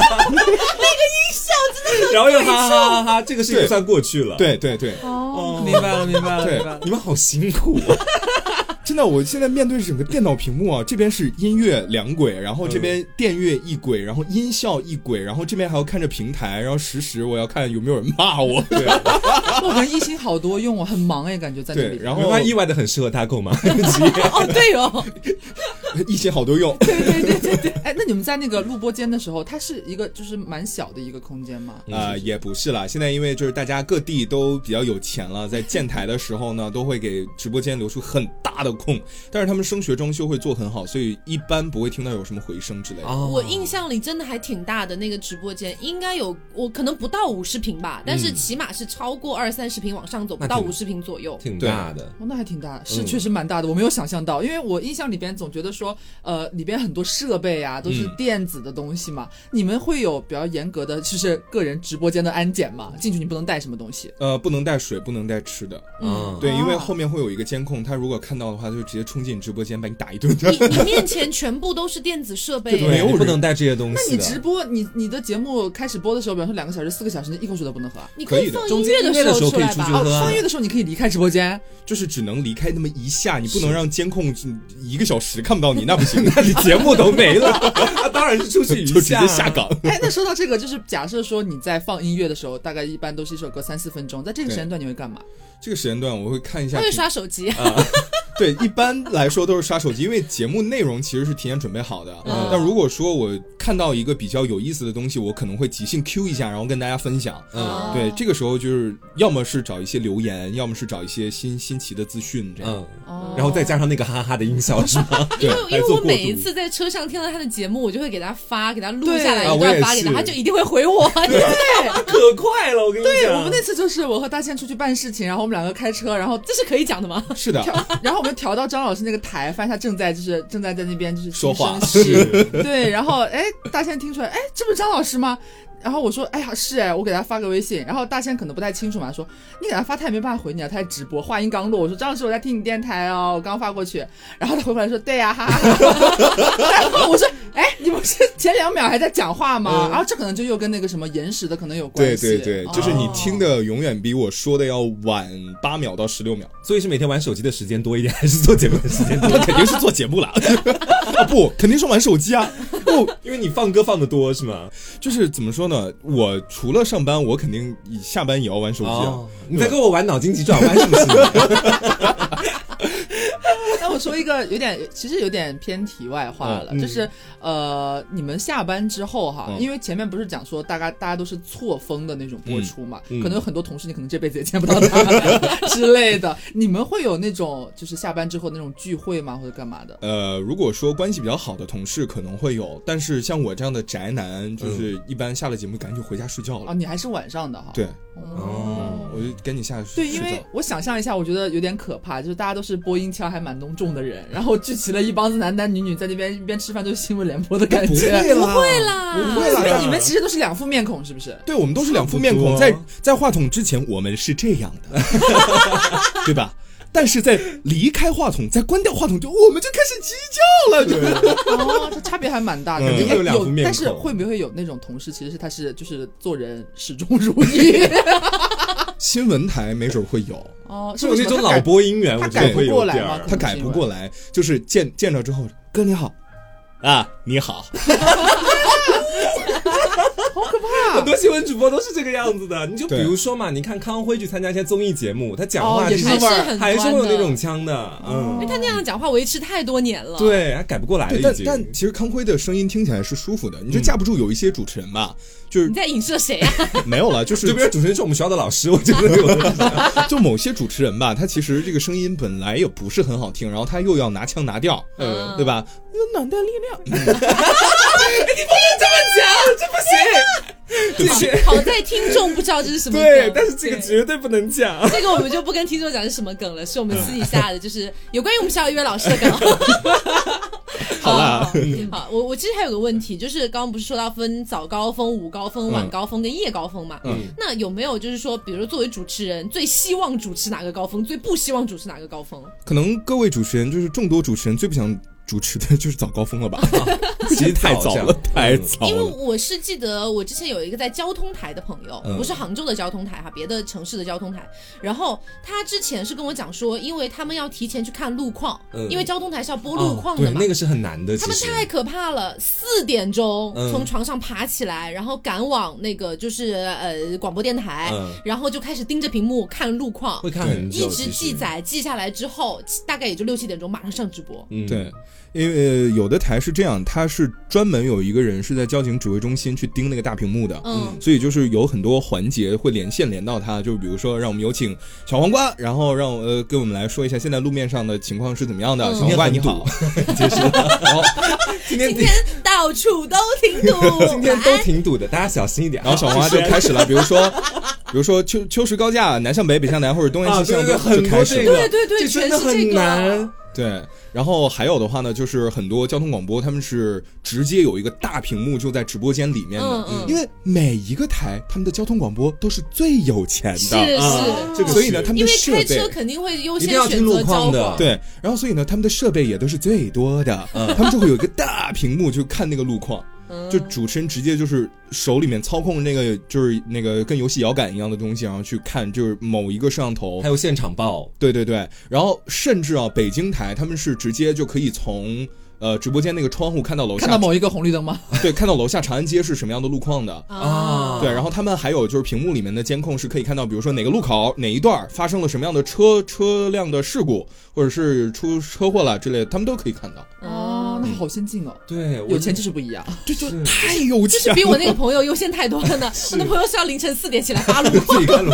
B: 然后又哈哈哈哈哈，这个事情
E: 对
B: 就算过去了。，
E: 对对对，
D: 啊
B: 哦，明白了，明白了
E: 对
B: 你们好辛苦啊！
E: 真的，我现在面对整个电脑屏幕啊，这边是音乐两轨，然后这边电乐一轨，然后音效一轨，然后这边还要看着平台，然后实时我要看有没有人骂我。 对
D: 我感觉一心好多用啊，很忙哎，感觉在那
E: 对，
D: 里。
E: 然
B: 没
E: 后
B: 办法意外的很适合他购买。
A: 哦，对哦，
E: 一心好多用。
D: 对对对对对，哎，那你们在那个录播间的时候，它是一个就是蛮小的一个空间
A: 嗯
D: 吗？
E: 啊、也不是啦。现在因为就是大家各地都比较有钱了，在建台的时候呢，都会给直播间留出很大的空。但是他们升学装修会做很好，所以一般不会听到有什么回声之类的。
B: 哦
A: 我印象里真的还挺大的，那个直播间应该有我可能不到五十平吧，但是起码是超过二三十平往上走，不
B: 嗯那挺
A: 到五十平左右。
B: 挺大的，
D: 哦，那还挺
A: 嗯
D: 大，是确实蛮大的，我没有想象到，因为我印象里边总觉得说，呃，里边很多设备啊都是
E: 嗯
D: 电子的东西嘛，
A: 嗯
D: 你们会有比较严格的就是个人直播间的安检嘛？进去你不能带什么东
A: 嗯
D: 西，
E: 呃，不能带水，不能带吃的。
B: 嗯，
E: 对，因为
D: 哦
E: 后面会有一个监控，他如果看到的话，他就直接冲进直播间把你打一顿。
A: 你你面前全部都是电子设备，
E: 对没有
B: 你不
E: 人
B: 能带这些东
D: 那
B: 西
D: 你
B: 的。
D: 直播，你你的节目开始播的时候，比方说两个小时、四个小时，你一口水都不能喝啊。
A: 你
E: 可以的
A: 放
B: 中
A: 音
B: 间
A: 乐
B: 音乐的时候
A: 出啊
B: 可以
A: 来
B: 出去
A: 吧
B: 喝。
D: 哦，放乐的时候你可以离开直播间，
E: 就是 只能离开那么一下，你不能让监控一个小时看不到你，那不行，那你节目都没了，
B: 啊， 当然是出去一
E: 就直
B: 下
E: 接下 岗。
D: 哎，那说到这个，就是假设说你在放音乐的时候，大概一般都是一首歌三四分钟，在这个时间段你会干嘛？
E: 这个时间段我会看一下
A: 他，会刷手机，
E: 对，一般来说都是刷手机，因为节目内容其实是提前准备好的。
A: 嗯
E: 但如果说我看到一个比较有意思的东西，我可能会即兴 Q 一下，然后跟大家分享。
B: 嗯
A: 哦
E: 对，这个时候就是要么是找一些留言，要么是找一些新新奇的资讯，这样。
B: 嗯，
D: 哦
B: 然后再加上那个哈哈的音效是吗？
A: 因为
E: 对
A: 因
B: 来
A: 为
B: 做
A: 我
B: 过
A: 每
B: 渡
A: 一次在车上听到他的节目，我就会给他发，给他录
D: 对
A: 下来
E: 啊
A: 一
E: 我也
A: 段发给他，
E: 是
A: 他就一定会回 我。
B: 可快了，我跟你
D: 对
B: 讲，
D: 我们哦那次就是我和大倩出去办事情，然后我们两个开车，然后
A: 哦这是可以讲的吗？
E: 是的，
D: 调，然后我们调到张老师那个台，发现他正在就是正在在那边就是
E: 说话
D: 轻声细语对，然后哎，大仙听出来，哎，这不是张老师吗？然后我说，哎呀，是哎，我给他发个微信，然后大仙可能不太清楚嘛，说你给他发他也没办法回你啊，他在直播，话音刚落，我说张老师我在听你电台哦，我刚发过去，然后他回过来说对呀、哈哈哈哈， 然后我说，哎，你不是前两秒还在讲话吗？然后这可能就又跟那个什么延时的可能有关
E: 嗯对
D: 系，
E: 对对，就是你
D: 哦
E: 听的永远比我说的要晚八秒到十六秒，
B: 所以是每天玩手机的时间多一点，还是做节目的时 间多？
E: 那肯定是做节目了 啊！不，肯定是玩手机啊！不，
B: 因为你放歌放的多是吗？
E: 就是怎么说呢？我除了上班，我肯定下班也要玩手机啊。
B: 哦，你在跟我玩脑筋急转弯是不是？
D: 那我说一个有点，其实有点偏题外话了，就是呃，你们下班之后哈，
E: 嗯
D: 因为前面不是讲说大概大家都是错峰的那种播出嘛，
B: 嗯嗯
D: 可能有很多同事你可能这辈子也见不到他之类的，你们会有那种就是下班之后那种聚会吗，或者干嘛的？
E: 呃，如果说关系比较好的同事可能会有，但是像我这样的宅男，就是一般下了节目赶紧回家睡觉
D: 啊，
E: 了。
D: 你还是晚上的哈？
E: 对，
B: 哦
E: 我就赶紧下去
D: 对，
E: 睡
D: 因
E: 觉
D: 为。我想象一下，我觉得有点可怕，就是大家都是播音腔还蛮浓重的人，然后聚齐了一帮子男男女女在那边一边吃饭，就是新闻联播的感觉。
A: 不会啦，
E: 不会啦
D: 所以你们其实都是两副面孔，是不是？
E: 对，我们都是两副面
B: 差
E: 孔，
B: 不多
E: 在在话筒之前我们是这样的， 对吧？但是在离开话筒，在关掉话筒就我们就开始鸡叫了，对
D: 哦，这差别还蛮大的，
E: 嗯
D: 哎
E: 肯定
B: 会有两副面孔
D: 但是会不会有那种同事，其实是他是就是做人始终如 一？
E: 新闻台没准会有，
D: 哦，是
B: 就
D: 不
B: 那
D: 是
B: 种老播音源，
D: 他
B: 我觉
D: 改
B: 得
D: 不
B: 会
D: 过
B: 有
D: 来
B: 点
D: 吗
B: 儿？。
E: 他改不过来，就是见见着之后，哥你好，啊 你好，
A: 啊
B: 很多新闻主播都是这个样子的。你就比如说嘛，你看康辉去参加一些综艺节目，他讲
D: 哦
B: 话
D: 也
B: 就是是
D: 那味儿
A: 很
B: 还是
A: 端
B: 会有
A: 的哦
B: 那种腔的，
A: 因为
B: 嗯，
A: 哎他那样讲话维持太多年了。，
B: 对，他改不过来了
E: 对，
B: 已
E: 但
B: 经。
E: 但其实康辉的声音听起来是舒服的，你就架不住有一些主持人吧，就是
A: 你在影射谁啊？
E: 没有了，就 是
B: 就比如主持人是我们学校的老师，我觉 得有的
E: 就某些主持人吧，他其实这个声音本来也不是很好听，然后他又要拿腔拿调，
A: 嗯
E: 对吧？暖的力量，
B: 这些
A: 好在听众不知道这是什么梗。
B: 对，但是这个
A: 对
B: 绝对不能讲。
A: 这个我们就不跟听众讲是什么梗了，是我们私底下的，就是有关于我们小约老师的梗。好
E: 啦
A: 好， 好我我其实还有个问题，就是刚刚不是说到分早高峰、午高峰、晚高峰跟夜高峰嘛？
E: 嗯
A: 那有没有就是说，比如作为主持人，最希望主持哪个高峰，最不希望主持哪个高峰？
E: 可能各位主持人就是众多主持人最不想主持的就是早高峰 了吧？
B: 其实
E: 太早了，太早
A: 因为
E: 了。
A: 我是记得我之前有一个在交通台的朋友，
E: 嗯
A: 不是杭州的交通台哈，别的城市的交通台。然后他之前是跟我讲说，因为他们要提前去看路况，
B: 嗯
A: 因为交通台是要播路况的
B: 对，
A: 嘛。
B: 那个是很难的。
A: 他
B: 其
A: 们
B: 实
A: 太可怕了，四点钟
B: 嗯
A: 从床上爬起来，然后赶往那个就是呃广播电台，
B: 嗯
A: 然后就开始盯着屏幕看路况
B: 会，看很久，
A: 一直
B: 其实
A: 记载记下来之后，大概也就六七点钟马上上直播。
B: 嗯
E: 对，因为有的台是这样，它是专门有一个人是在交警指挥中心去盯那个大屏幕的，
A: 嗯
E: 所以就是有很多环节会连线连到它，就比如说让我们有请小黄瓜，然后让我呃给我们来说一下现在路面上的情况是怎么样的。
A: 嗯
E: 小黄瓜你好， 结束。然后
B: 今天
A: 今天到处都挺堵，
B: 今天都挺堵的，大家小心一点。
E: 然后小黄瓜就开始了，比如说， 比如说秋秋实高架，南向北，北向南，或者东
B: 啊，
E: 南西
B: 对
E: 向
B: 对
E: 东，
B: 对，
E: 就
B: 很
E: 开
B: 多这
E: 始了。
B: 个，
A: 对对对
B: 这真
A: 全
B: 的
A: 是这
B: 很
A: 个
B: 难。
E: 对，然后还有的话呢，就是很多交通广播他们是直接有一个大屏幕就在直播间里面的，
A: 嗯嗯
E: 因为每一个台他们的交通广播都是最有钱
A: 是
E: 的，
A: 是，
B: 啊这个
E: 所以呢，他们
A: 因
E: 的
A: 为
E: 设
A: 开车
E: 备。
A: 肯定会优
B: 一
A: 先
B: 定要
A: 选
B: 听
A: 择
B: 路
A: 交
B: 况的
D: 啊
A: 广，
E: 对，然后所以呢，他们的设备也都是最多的，
D: 嗯
E: 他们就会有一个大屏幕，就看那个路况，
A: 嗯
E: 就主持人直接就是手里面操控那个就是那个跟游戏摇杆一样的东西，然后去看就是某一个摄像头
B: 还，有现场报，
E: 对对对，然后甚至啊，北京台他们是直接就可以从呃直播间那个窗户看到楼下，
D: 看到某一个红绿灯吗？
B: 嗯
E: 对，看到楼下长安街是什么样的路况的。
A: 啊，
E: 对，然后他们还有就是屏幕里面的监控是可以看到，比如说哪个路口哪一段发生了什么样的车车辆的事故，或者是出车祸了之类的，他们都可以看到。
D: 哦，
A: 嗯
D: 那好先进哦，
B: 对，我
D: 有钱就是不一样。
E: 这就太有
A: 就
E: 钱
A: 是
E: 了，
A: 比我那个朋友优先太多了 呢。我的朋友是要凌晨四点起来发 路，
B: 自己看路，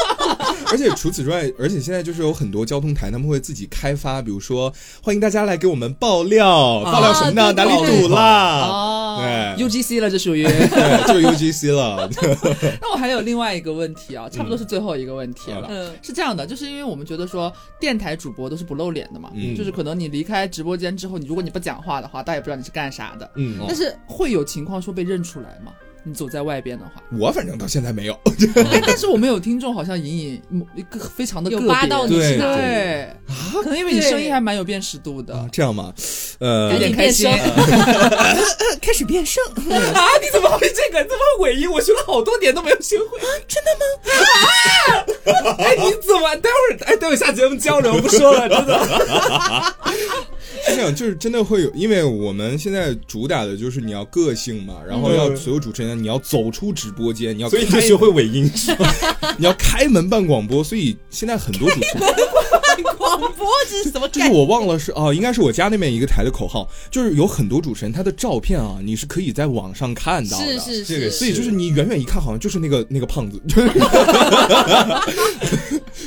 E: 而且除此之外，而且现在就是有很多交通台，他们会自己开发，比如说欢迎大家来给我们爆料，爆料什么呢？
A: 啊对
E: 哪
A: 对
E: 里
A: 对
E: 堵啦？
A: 哦，
B: 嗯
E: 对，
D: UGC 了，这 属于。
E: 对，就是 UGC 了。
D: 那我还有另外一个问题啊，差不多
B: 嗯
D: 是最后一个问题了。
A: 嗯
D: 是这样的，就是因为我们觉得说电台主播都是不露脸的嘛，
E: 嗯
D: 就是可能你离开直播间之后，你如果你不讲话的话，大家也不知道你是干啥的。
B: 嗯，
D: 但是会有情况说被认出来吗？你走在外边的话，
E: 我反正到现在没有，
D: 哎，但是我们有听众好像隐隐某一个非常的
A: 有扒到你是
B: 对
A: 哪？
D: 对啊，可能因为你声音还蛮有辨识度
A: 啊
D: 的，
E: 这样吧，呃
A: 赶
D: 有，
A: 紧
D: 点开心。
A: 变
D: 开始变声，
B: 啊，你怎么会这个？这么尾音，我学了好多年都没有学会。真
D: 啊
B: 的吗？哎，你怎么？待会儿，哎，待会儿下节目交流，不说了，真的。
E: 是这样，就是真的会有，因为我们现在主打的就是你要个性嘛，然后要所有主持人，你要走出直播间，你要
B: 嗯所以你就
E: 开
B: 学会尾音，
E: 你要开门办广播，所以现在很多主持人，
A: 广播这是什么
E: 就是
A: 概念？
E: 我忘了是哦，应该是我家那边一个台的口号，就是有很多主持人他的照片啊，你是可以在网上看到的，
A: 是是
B: 这个
A: 是，
E: 所以就是你远远一看，好像就是那个那个胖 子，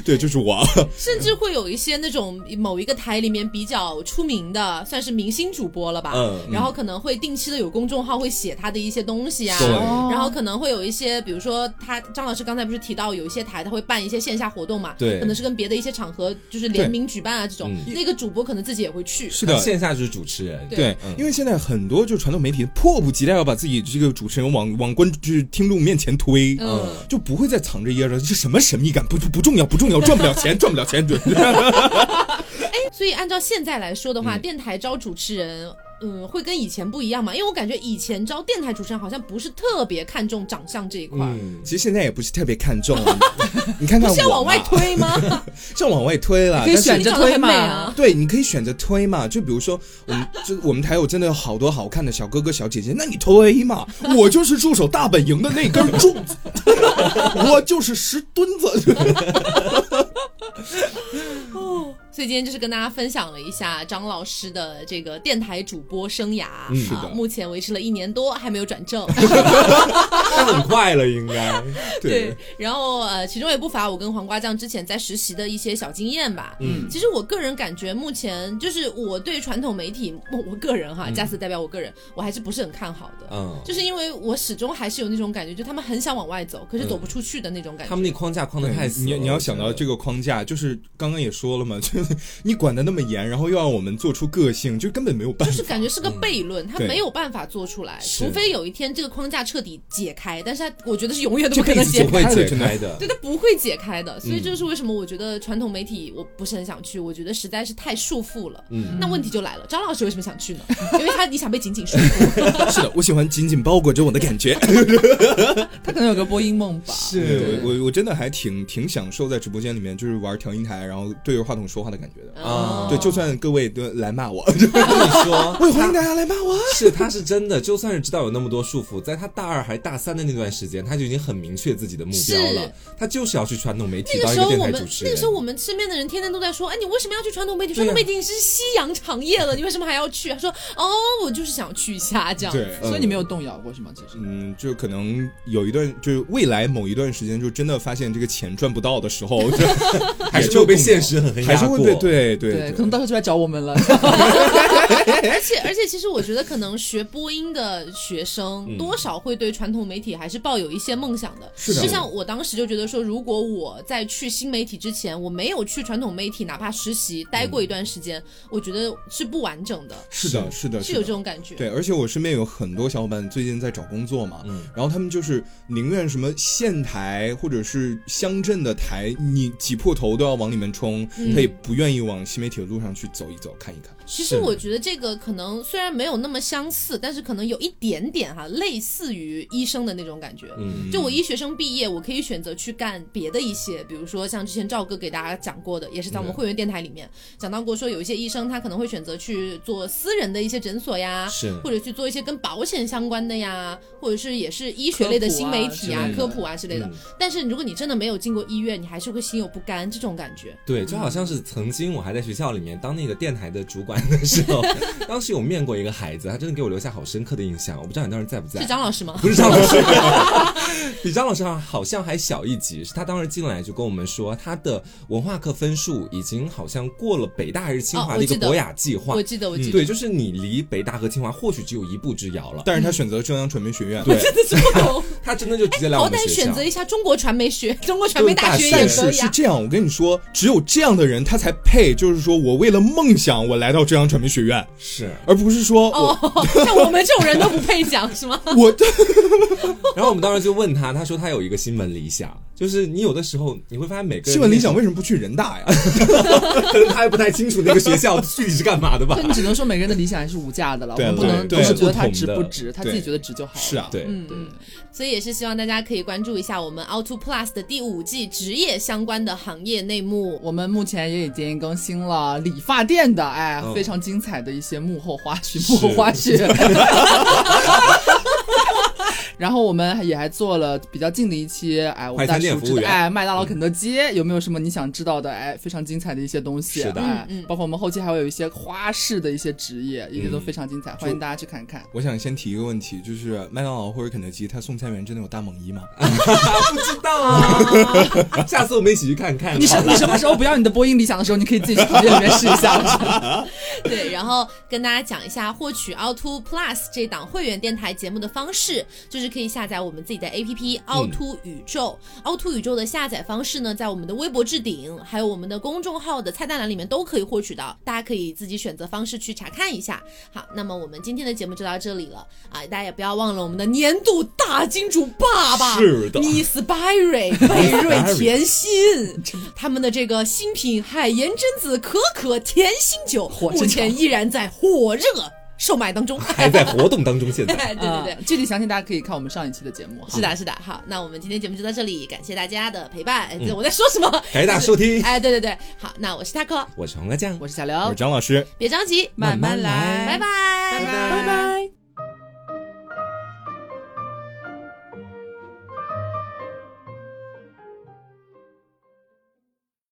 E: 对，就是我，啊
A: 甚至会有一些那种某一个台里面比较出名的，算是明星主播了吧。
B: 嗯
A: 然后可能会定期的有公众号会写他的一些东西啊，
E: 对
A: 然后可能会有一些，比如说他张老师刚才不是提到有一些台他会办一些线下活动嘛，
B: 对
A: 可能是跟别的一些场合就是联名举办啊这种，那个主播可能自己也会去，
E: 是的，
B: 线下就是主持人，
A: 对
E: 对
B: 嗯，
E: 因为现在很多就传统媒体迫不及待要把自己这个主持人往往观就是听众面前推，
A: 嗯
E: 就不会再藏着掖着，这什么神秘感不不重要不重要，赚不了钱赚不了 钱，对，
A: 所以按照现在来说的话，电台招主持人。嗯，会跟以前不一样嘛？因为我感觉以前招电台主持人好像不是特别看重长相这一块，儿，
B: 嗯，
E: 其实现在也不是特别看 重啊，你你看看
A: 是要
E: 我
A: 往外
E: 嘛，
A: 推吗？
E: 这往外推了，
D: 可以
E: 但是
D: 选
A: 你
D: 择
A: 长得
D: 推
A: 很
D: 嘛
A: 美啊，
E: 对，你可以选择推嘛，就比如说我们就我们台有真的有好多好看的小哥哥小姐姐，那你 推嘛，我就是驻守大本营的那根柱子， 我就是石墩子，
A: 所以今天就是跟大家分享了一下张老师的这个电台主播生涯，
E: 嗯是的
A: 啊，目前维持了一年多，还没有转 正。
B: 那很快了，应该。
A: 对，然后呃，其中也不乏我跟黄瓜酱之前在实习的一些小经验吧。嗯，其实我个人感觉，目前就是我对传统媒体，我我个人
E: 嗯
A: 哈，加斯代表我个人，我还是不是很看好
E: 哦
A: 的。
B: 嗯
A: 就是因为我始终还是有那种感觉，就他们很想往外走，
E: 嗯
A: 可是走不出去的那种感觉。
B: 他们那框架框的太死了，
E: 你你要想到这
B: 个，
E: 个框架，就是刚刚也说了嘛， 就是你管的那么严，然后又让我们做出个性，就根本没有 办
A: 就
E: 法。
A: 是感觉是个悖论，他
E: 对
A: 没有办法做出来，
E: 是
A: 除非有一天这个框架彻底解开，但是他我觉得是永远都
E: 这
A: 不可能
E: 辈子
A: 解
E: 就
A: 开
B: 不会解
E: 真
B: 开
E: 的
B: 的，
A: 对，它不会解开的，所以这就是为什么我觉得传统媒体我不是很想去，我觉得实在是太束缚了。嗯，那问题就来了，张老师为什么想去呢？因为他你想被紧紧束缚，
E: 是的，我喜欢紧紧包裹着我的感 觉。
D: 他可能有个播音梦吧。
E: 是我我我真的还挺挺享受在直播间里面，就是玩调音台，然后对着话筒说话的感觉的。
A: 啊
E: 对，就算各位都来骂 我，
B: 我跟你说，
E: 哦我也欢迎大家来骂我。
B: 是，他是真的，就算是知道有那么多束缚，在他大二还大三的那段时间，他就已经很明确自己的目标了
A: 是。
B: 他就是要去传统媒体
A: 那个
B: 当一
A: 时候
B: 电
A: 我
B: 台
A: 们
B: 主持
A: 那
B: 人。
A: 个时候我们身边的人天天都在说，哎，你为什么要去传统媒体？
B: 对
A: 传
B: 呀
A: 统媒体是夕阳长夜哎了，你为什么还要去？他说，哦，我就是想去一下这样。
E: 对，
D: 所以你没有动摇过是吗？其实
E: 嗯，就可能有一段，就是未来某一段时间，就真的发现这个钱赚不到的时 候，就
B: 还是
E: 也就
B: 会被
E: 动摇
B: 现实狠狠
E: 还
B: 压
E: 是会
B: 过
E: 被。对对
D: 对，可能到时候就来找我们了。
A: 而且而且，其实我觉得可能学播音的学生多少会对传统媒体还是抱有一些梦想的。
E: 嗯是的
A: 就像我当时就觉得说，如果我在去新媒体之前，我没有去传统媒体，哪怕实习待
E: 嗯
A: 过一段时间，我觉得是不完整的，
E: 是的，是的，
A: 是
E: 呃是
A: 有
E: 的
A: 这。种感觉。
E: 对，而且我身边有很多小伙伴最近在找工作嘛，
B: 嗯
E: 然后他们就是宁愿什么县台或者是乡镇的台，你挤破头都要往里面冲，
A: 嗯
E: 他也不愿意往新媒体的路上去走一走、看一看。
A: 其实我觉得这个可能虽然没有那么相似，但是可能有一点点哈、类似于医生的那种感觉。
B: 嗯，
A: 就我医学生毕业，我可以选择去干别的一些，比如说像之前赵哥给大家讲过的，也是在我们会员电台里面讲到过，说有一些医生他可能会选择去做私人的一些诊所呀，
B: 是
A: 或者去做一些跟保险相关的呀，或者是也是医学类的
D: 科普啊
A: 新媒体
D: 之
A: 啊
D: 类、的
A: 科普啊之类的。但是如果你真的没有进过医院，你还是会心有不甘这种感觉。
B: 对，就好像是曾经我还在学校里面当那个电台的主管的时候，当时有面过一个孩子，他真的给我留下好深刻的印象。我不知道你当时在不在？
A: 是张老师吗？
B: 不是张老师，比张老师 好像还小一级。是他当时进来就跟我们说，他的文化课分数已经好像过了北大还是清华的一个
A: 哦我记得
B: 博雅计划。
A: 我记得，我记得。
B: 对，嗯就是你离北大和清华或许只有一步之遥了。
E: 但是
A: 嗯
E: 他选择了中央传媒学院，
B: 对，
A: 真的是不懂，
B: 他真的就直接来我
A: 好
B: 们
A: 歹
B: 学
A: 选
B: 校。
A: 择一下中国传媒学、中国传媒大学也
E: 但
A: 可
E: 是
A: 以
E: 是
A: 啊。
E: 这样，我跟你说，只有这样的人，他才配，就是说我为了梦想，我来到中央传媒学院，
B: 是，
E: 而不是说我、
A: 哦， 像我们这种人都不配讲是吗？
E: 我 的
B: 然后我们当时就问他，他说他有一个新闻理想，就是你有的时候你会发现每个人
E: 新闻理想为什么不去人大呀？
B: 可 能他还不太清楚那个学校具体是干嘛的 吧
D: 对，？你只能说每个人的理想还是无价的了，我
E: 对
D: 们不能
E: 对
D: 都是
E: 对
D: 觉得他
B: 是不
D: 值
B: 同的
D: 不值，他自己觉得值就好了。
E: 是啊，，
B: 对，
D: 嗯，嗯，
A: 所以也是希望大家可以关注一下我们凹 t o Plus 的第五季职业相关的行业内幕。
D: 我们目前也已经更新了理发店的，哎，
B: 嗯
D: 非常精彩的一些幕后花絮，幕后花絮。 然后我们也还做了比较近的一期，哎，我们
B: 快
D: 大
B: 餐
D: 家
B: 店
D: 熟知
B: 服务
D: 的，
B: 员
D: 哎，麦当劳、肯德基、有没有什么你想知道的？哎，非常精彩的一些东西，
B: 是的
D: 哎，
A: 嗯嗯
D: 包括我们后期还会有一些花式的一些职业，也都非常精彩，欢迎大家去看看。
E: 我想先提一个问题，就是麦当劳或者肯德基，它送餐员真的有大猛一吗？
B: 不知道啊， 下次我们一起去看看。
D: 你什你什么时候不要你的播音理想的时候，你可以自己去房间里面试一下。
A: 对，然后跟大家讲一下获取凹 t o Plus 这档会员电台节目的方式，就是可以下载我们自己的 APP
E: 嗯
A: 凹凸宇宙。凹凸宇宙的下载方式呢，在我们的微博置顶，还有我们的公众号的菜单栏里面都可以获取到，大家可以自己选择方式去查看一下。好，那么我们今天的节目就到这里了啊！大家也不要忘了我们的年度大金主爸爸
E: 是的
A: Miss Byron 贝瑞甜心，他们的这个新品海盐榛子可可甜心酒，
D: 真
A: 目前依然在火热售卖当中。
B: 还在活动当中，现在。
A: 对对对
D: 啊，具体详情大家可以看我们上一期的节目。
A: 是的，是的。好，那我们今天节目就到这里，感谢大家的陪伴。哎，我在说什么？
B: 感谢大家收听
A: 哎，对对对，好，那我是 Taco，
B: 我是黄瓜酱，
D: 我是小
E: 我
D: 刘
E: 是，张老师。
A: 别着急，
B: 慢慢来
A: 拜拜，
D: 拜拜。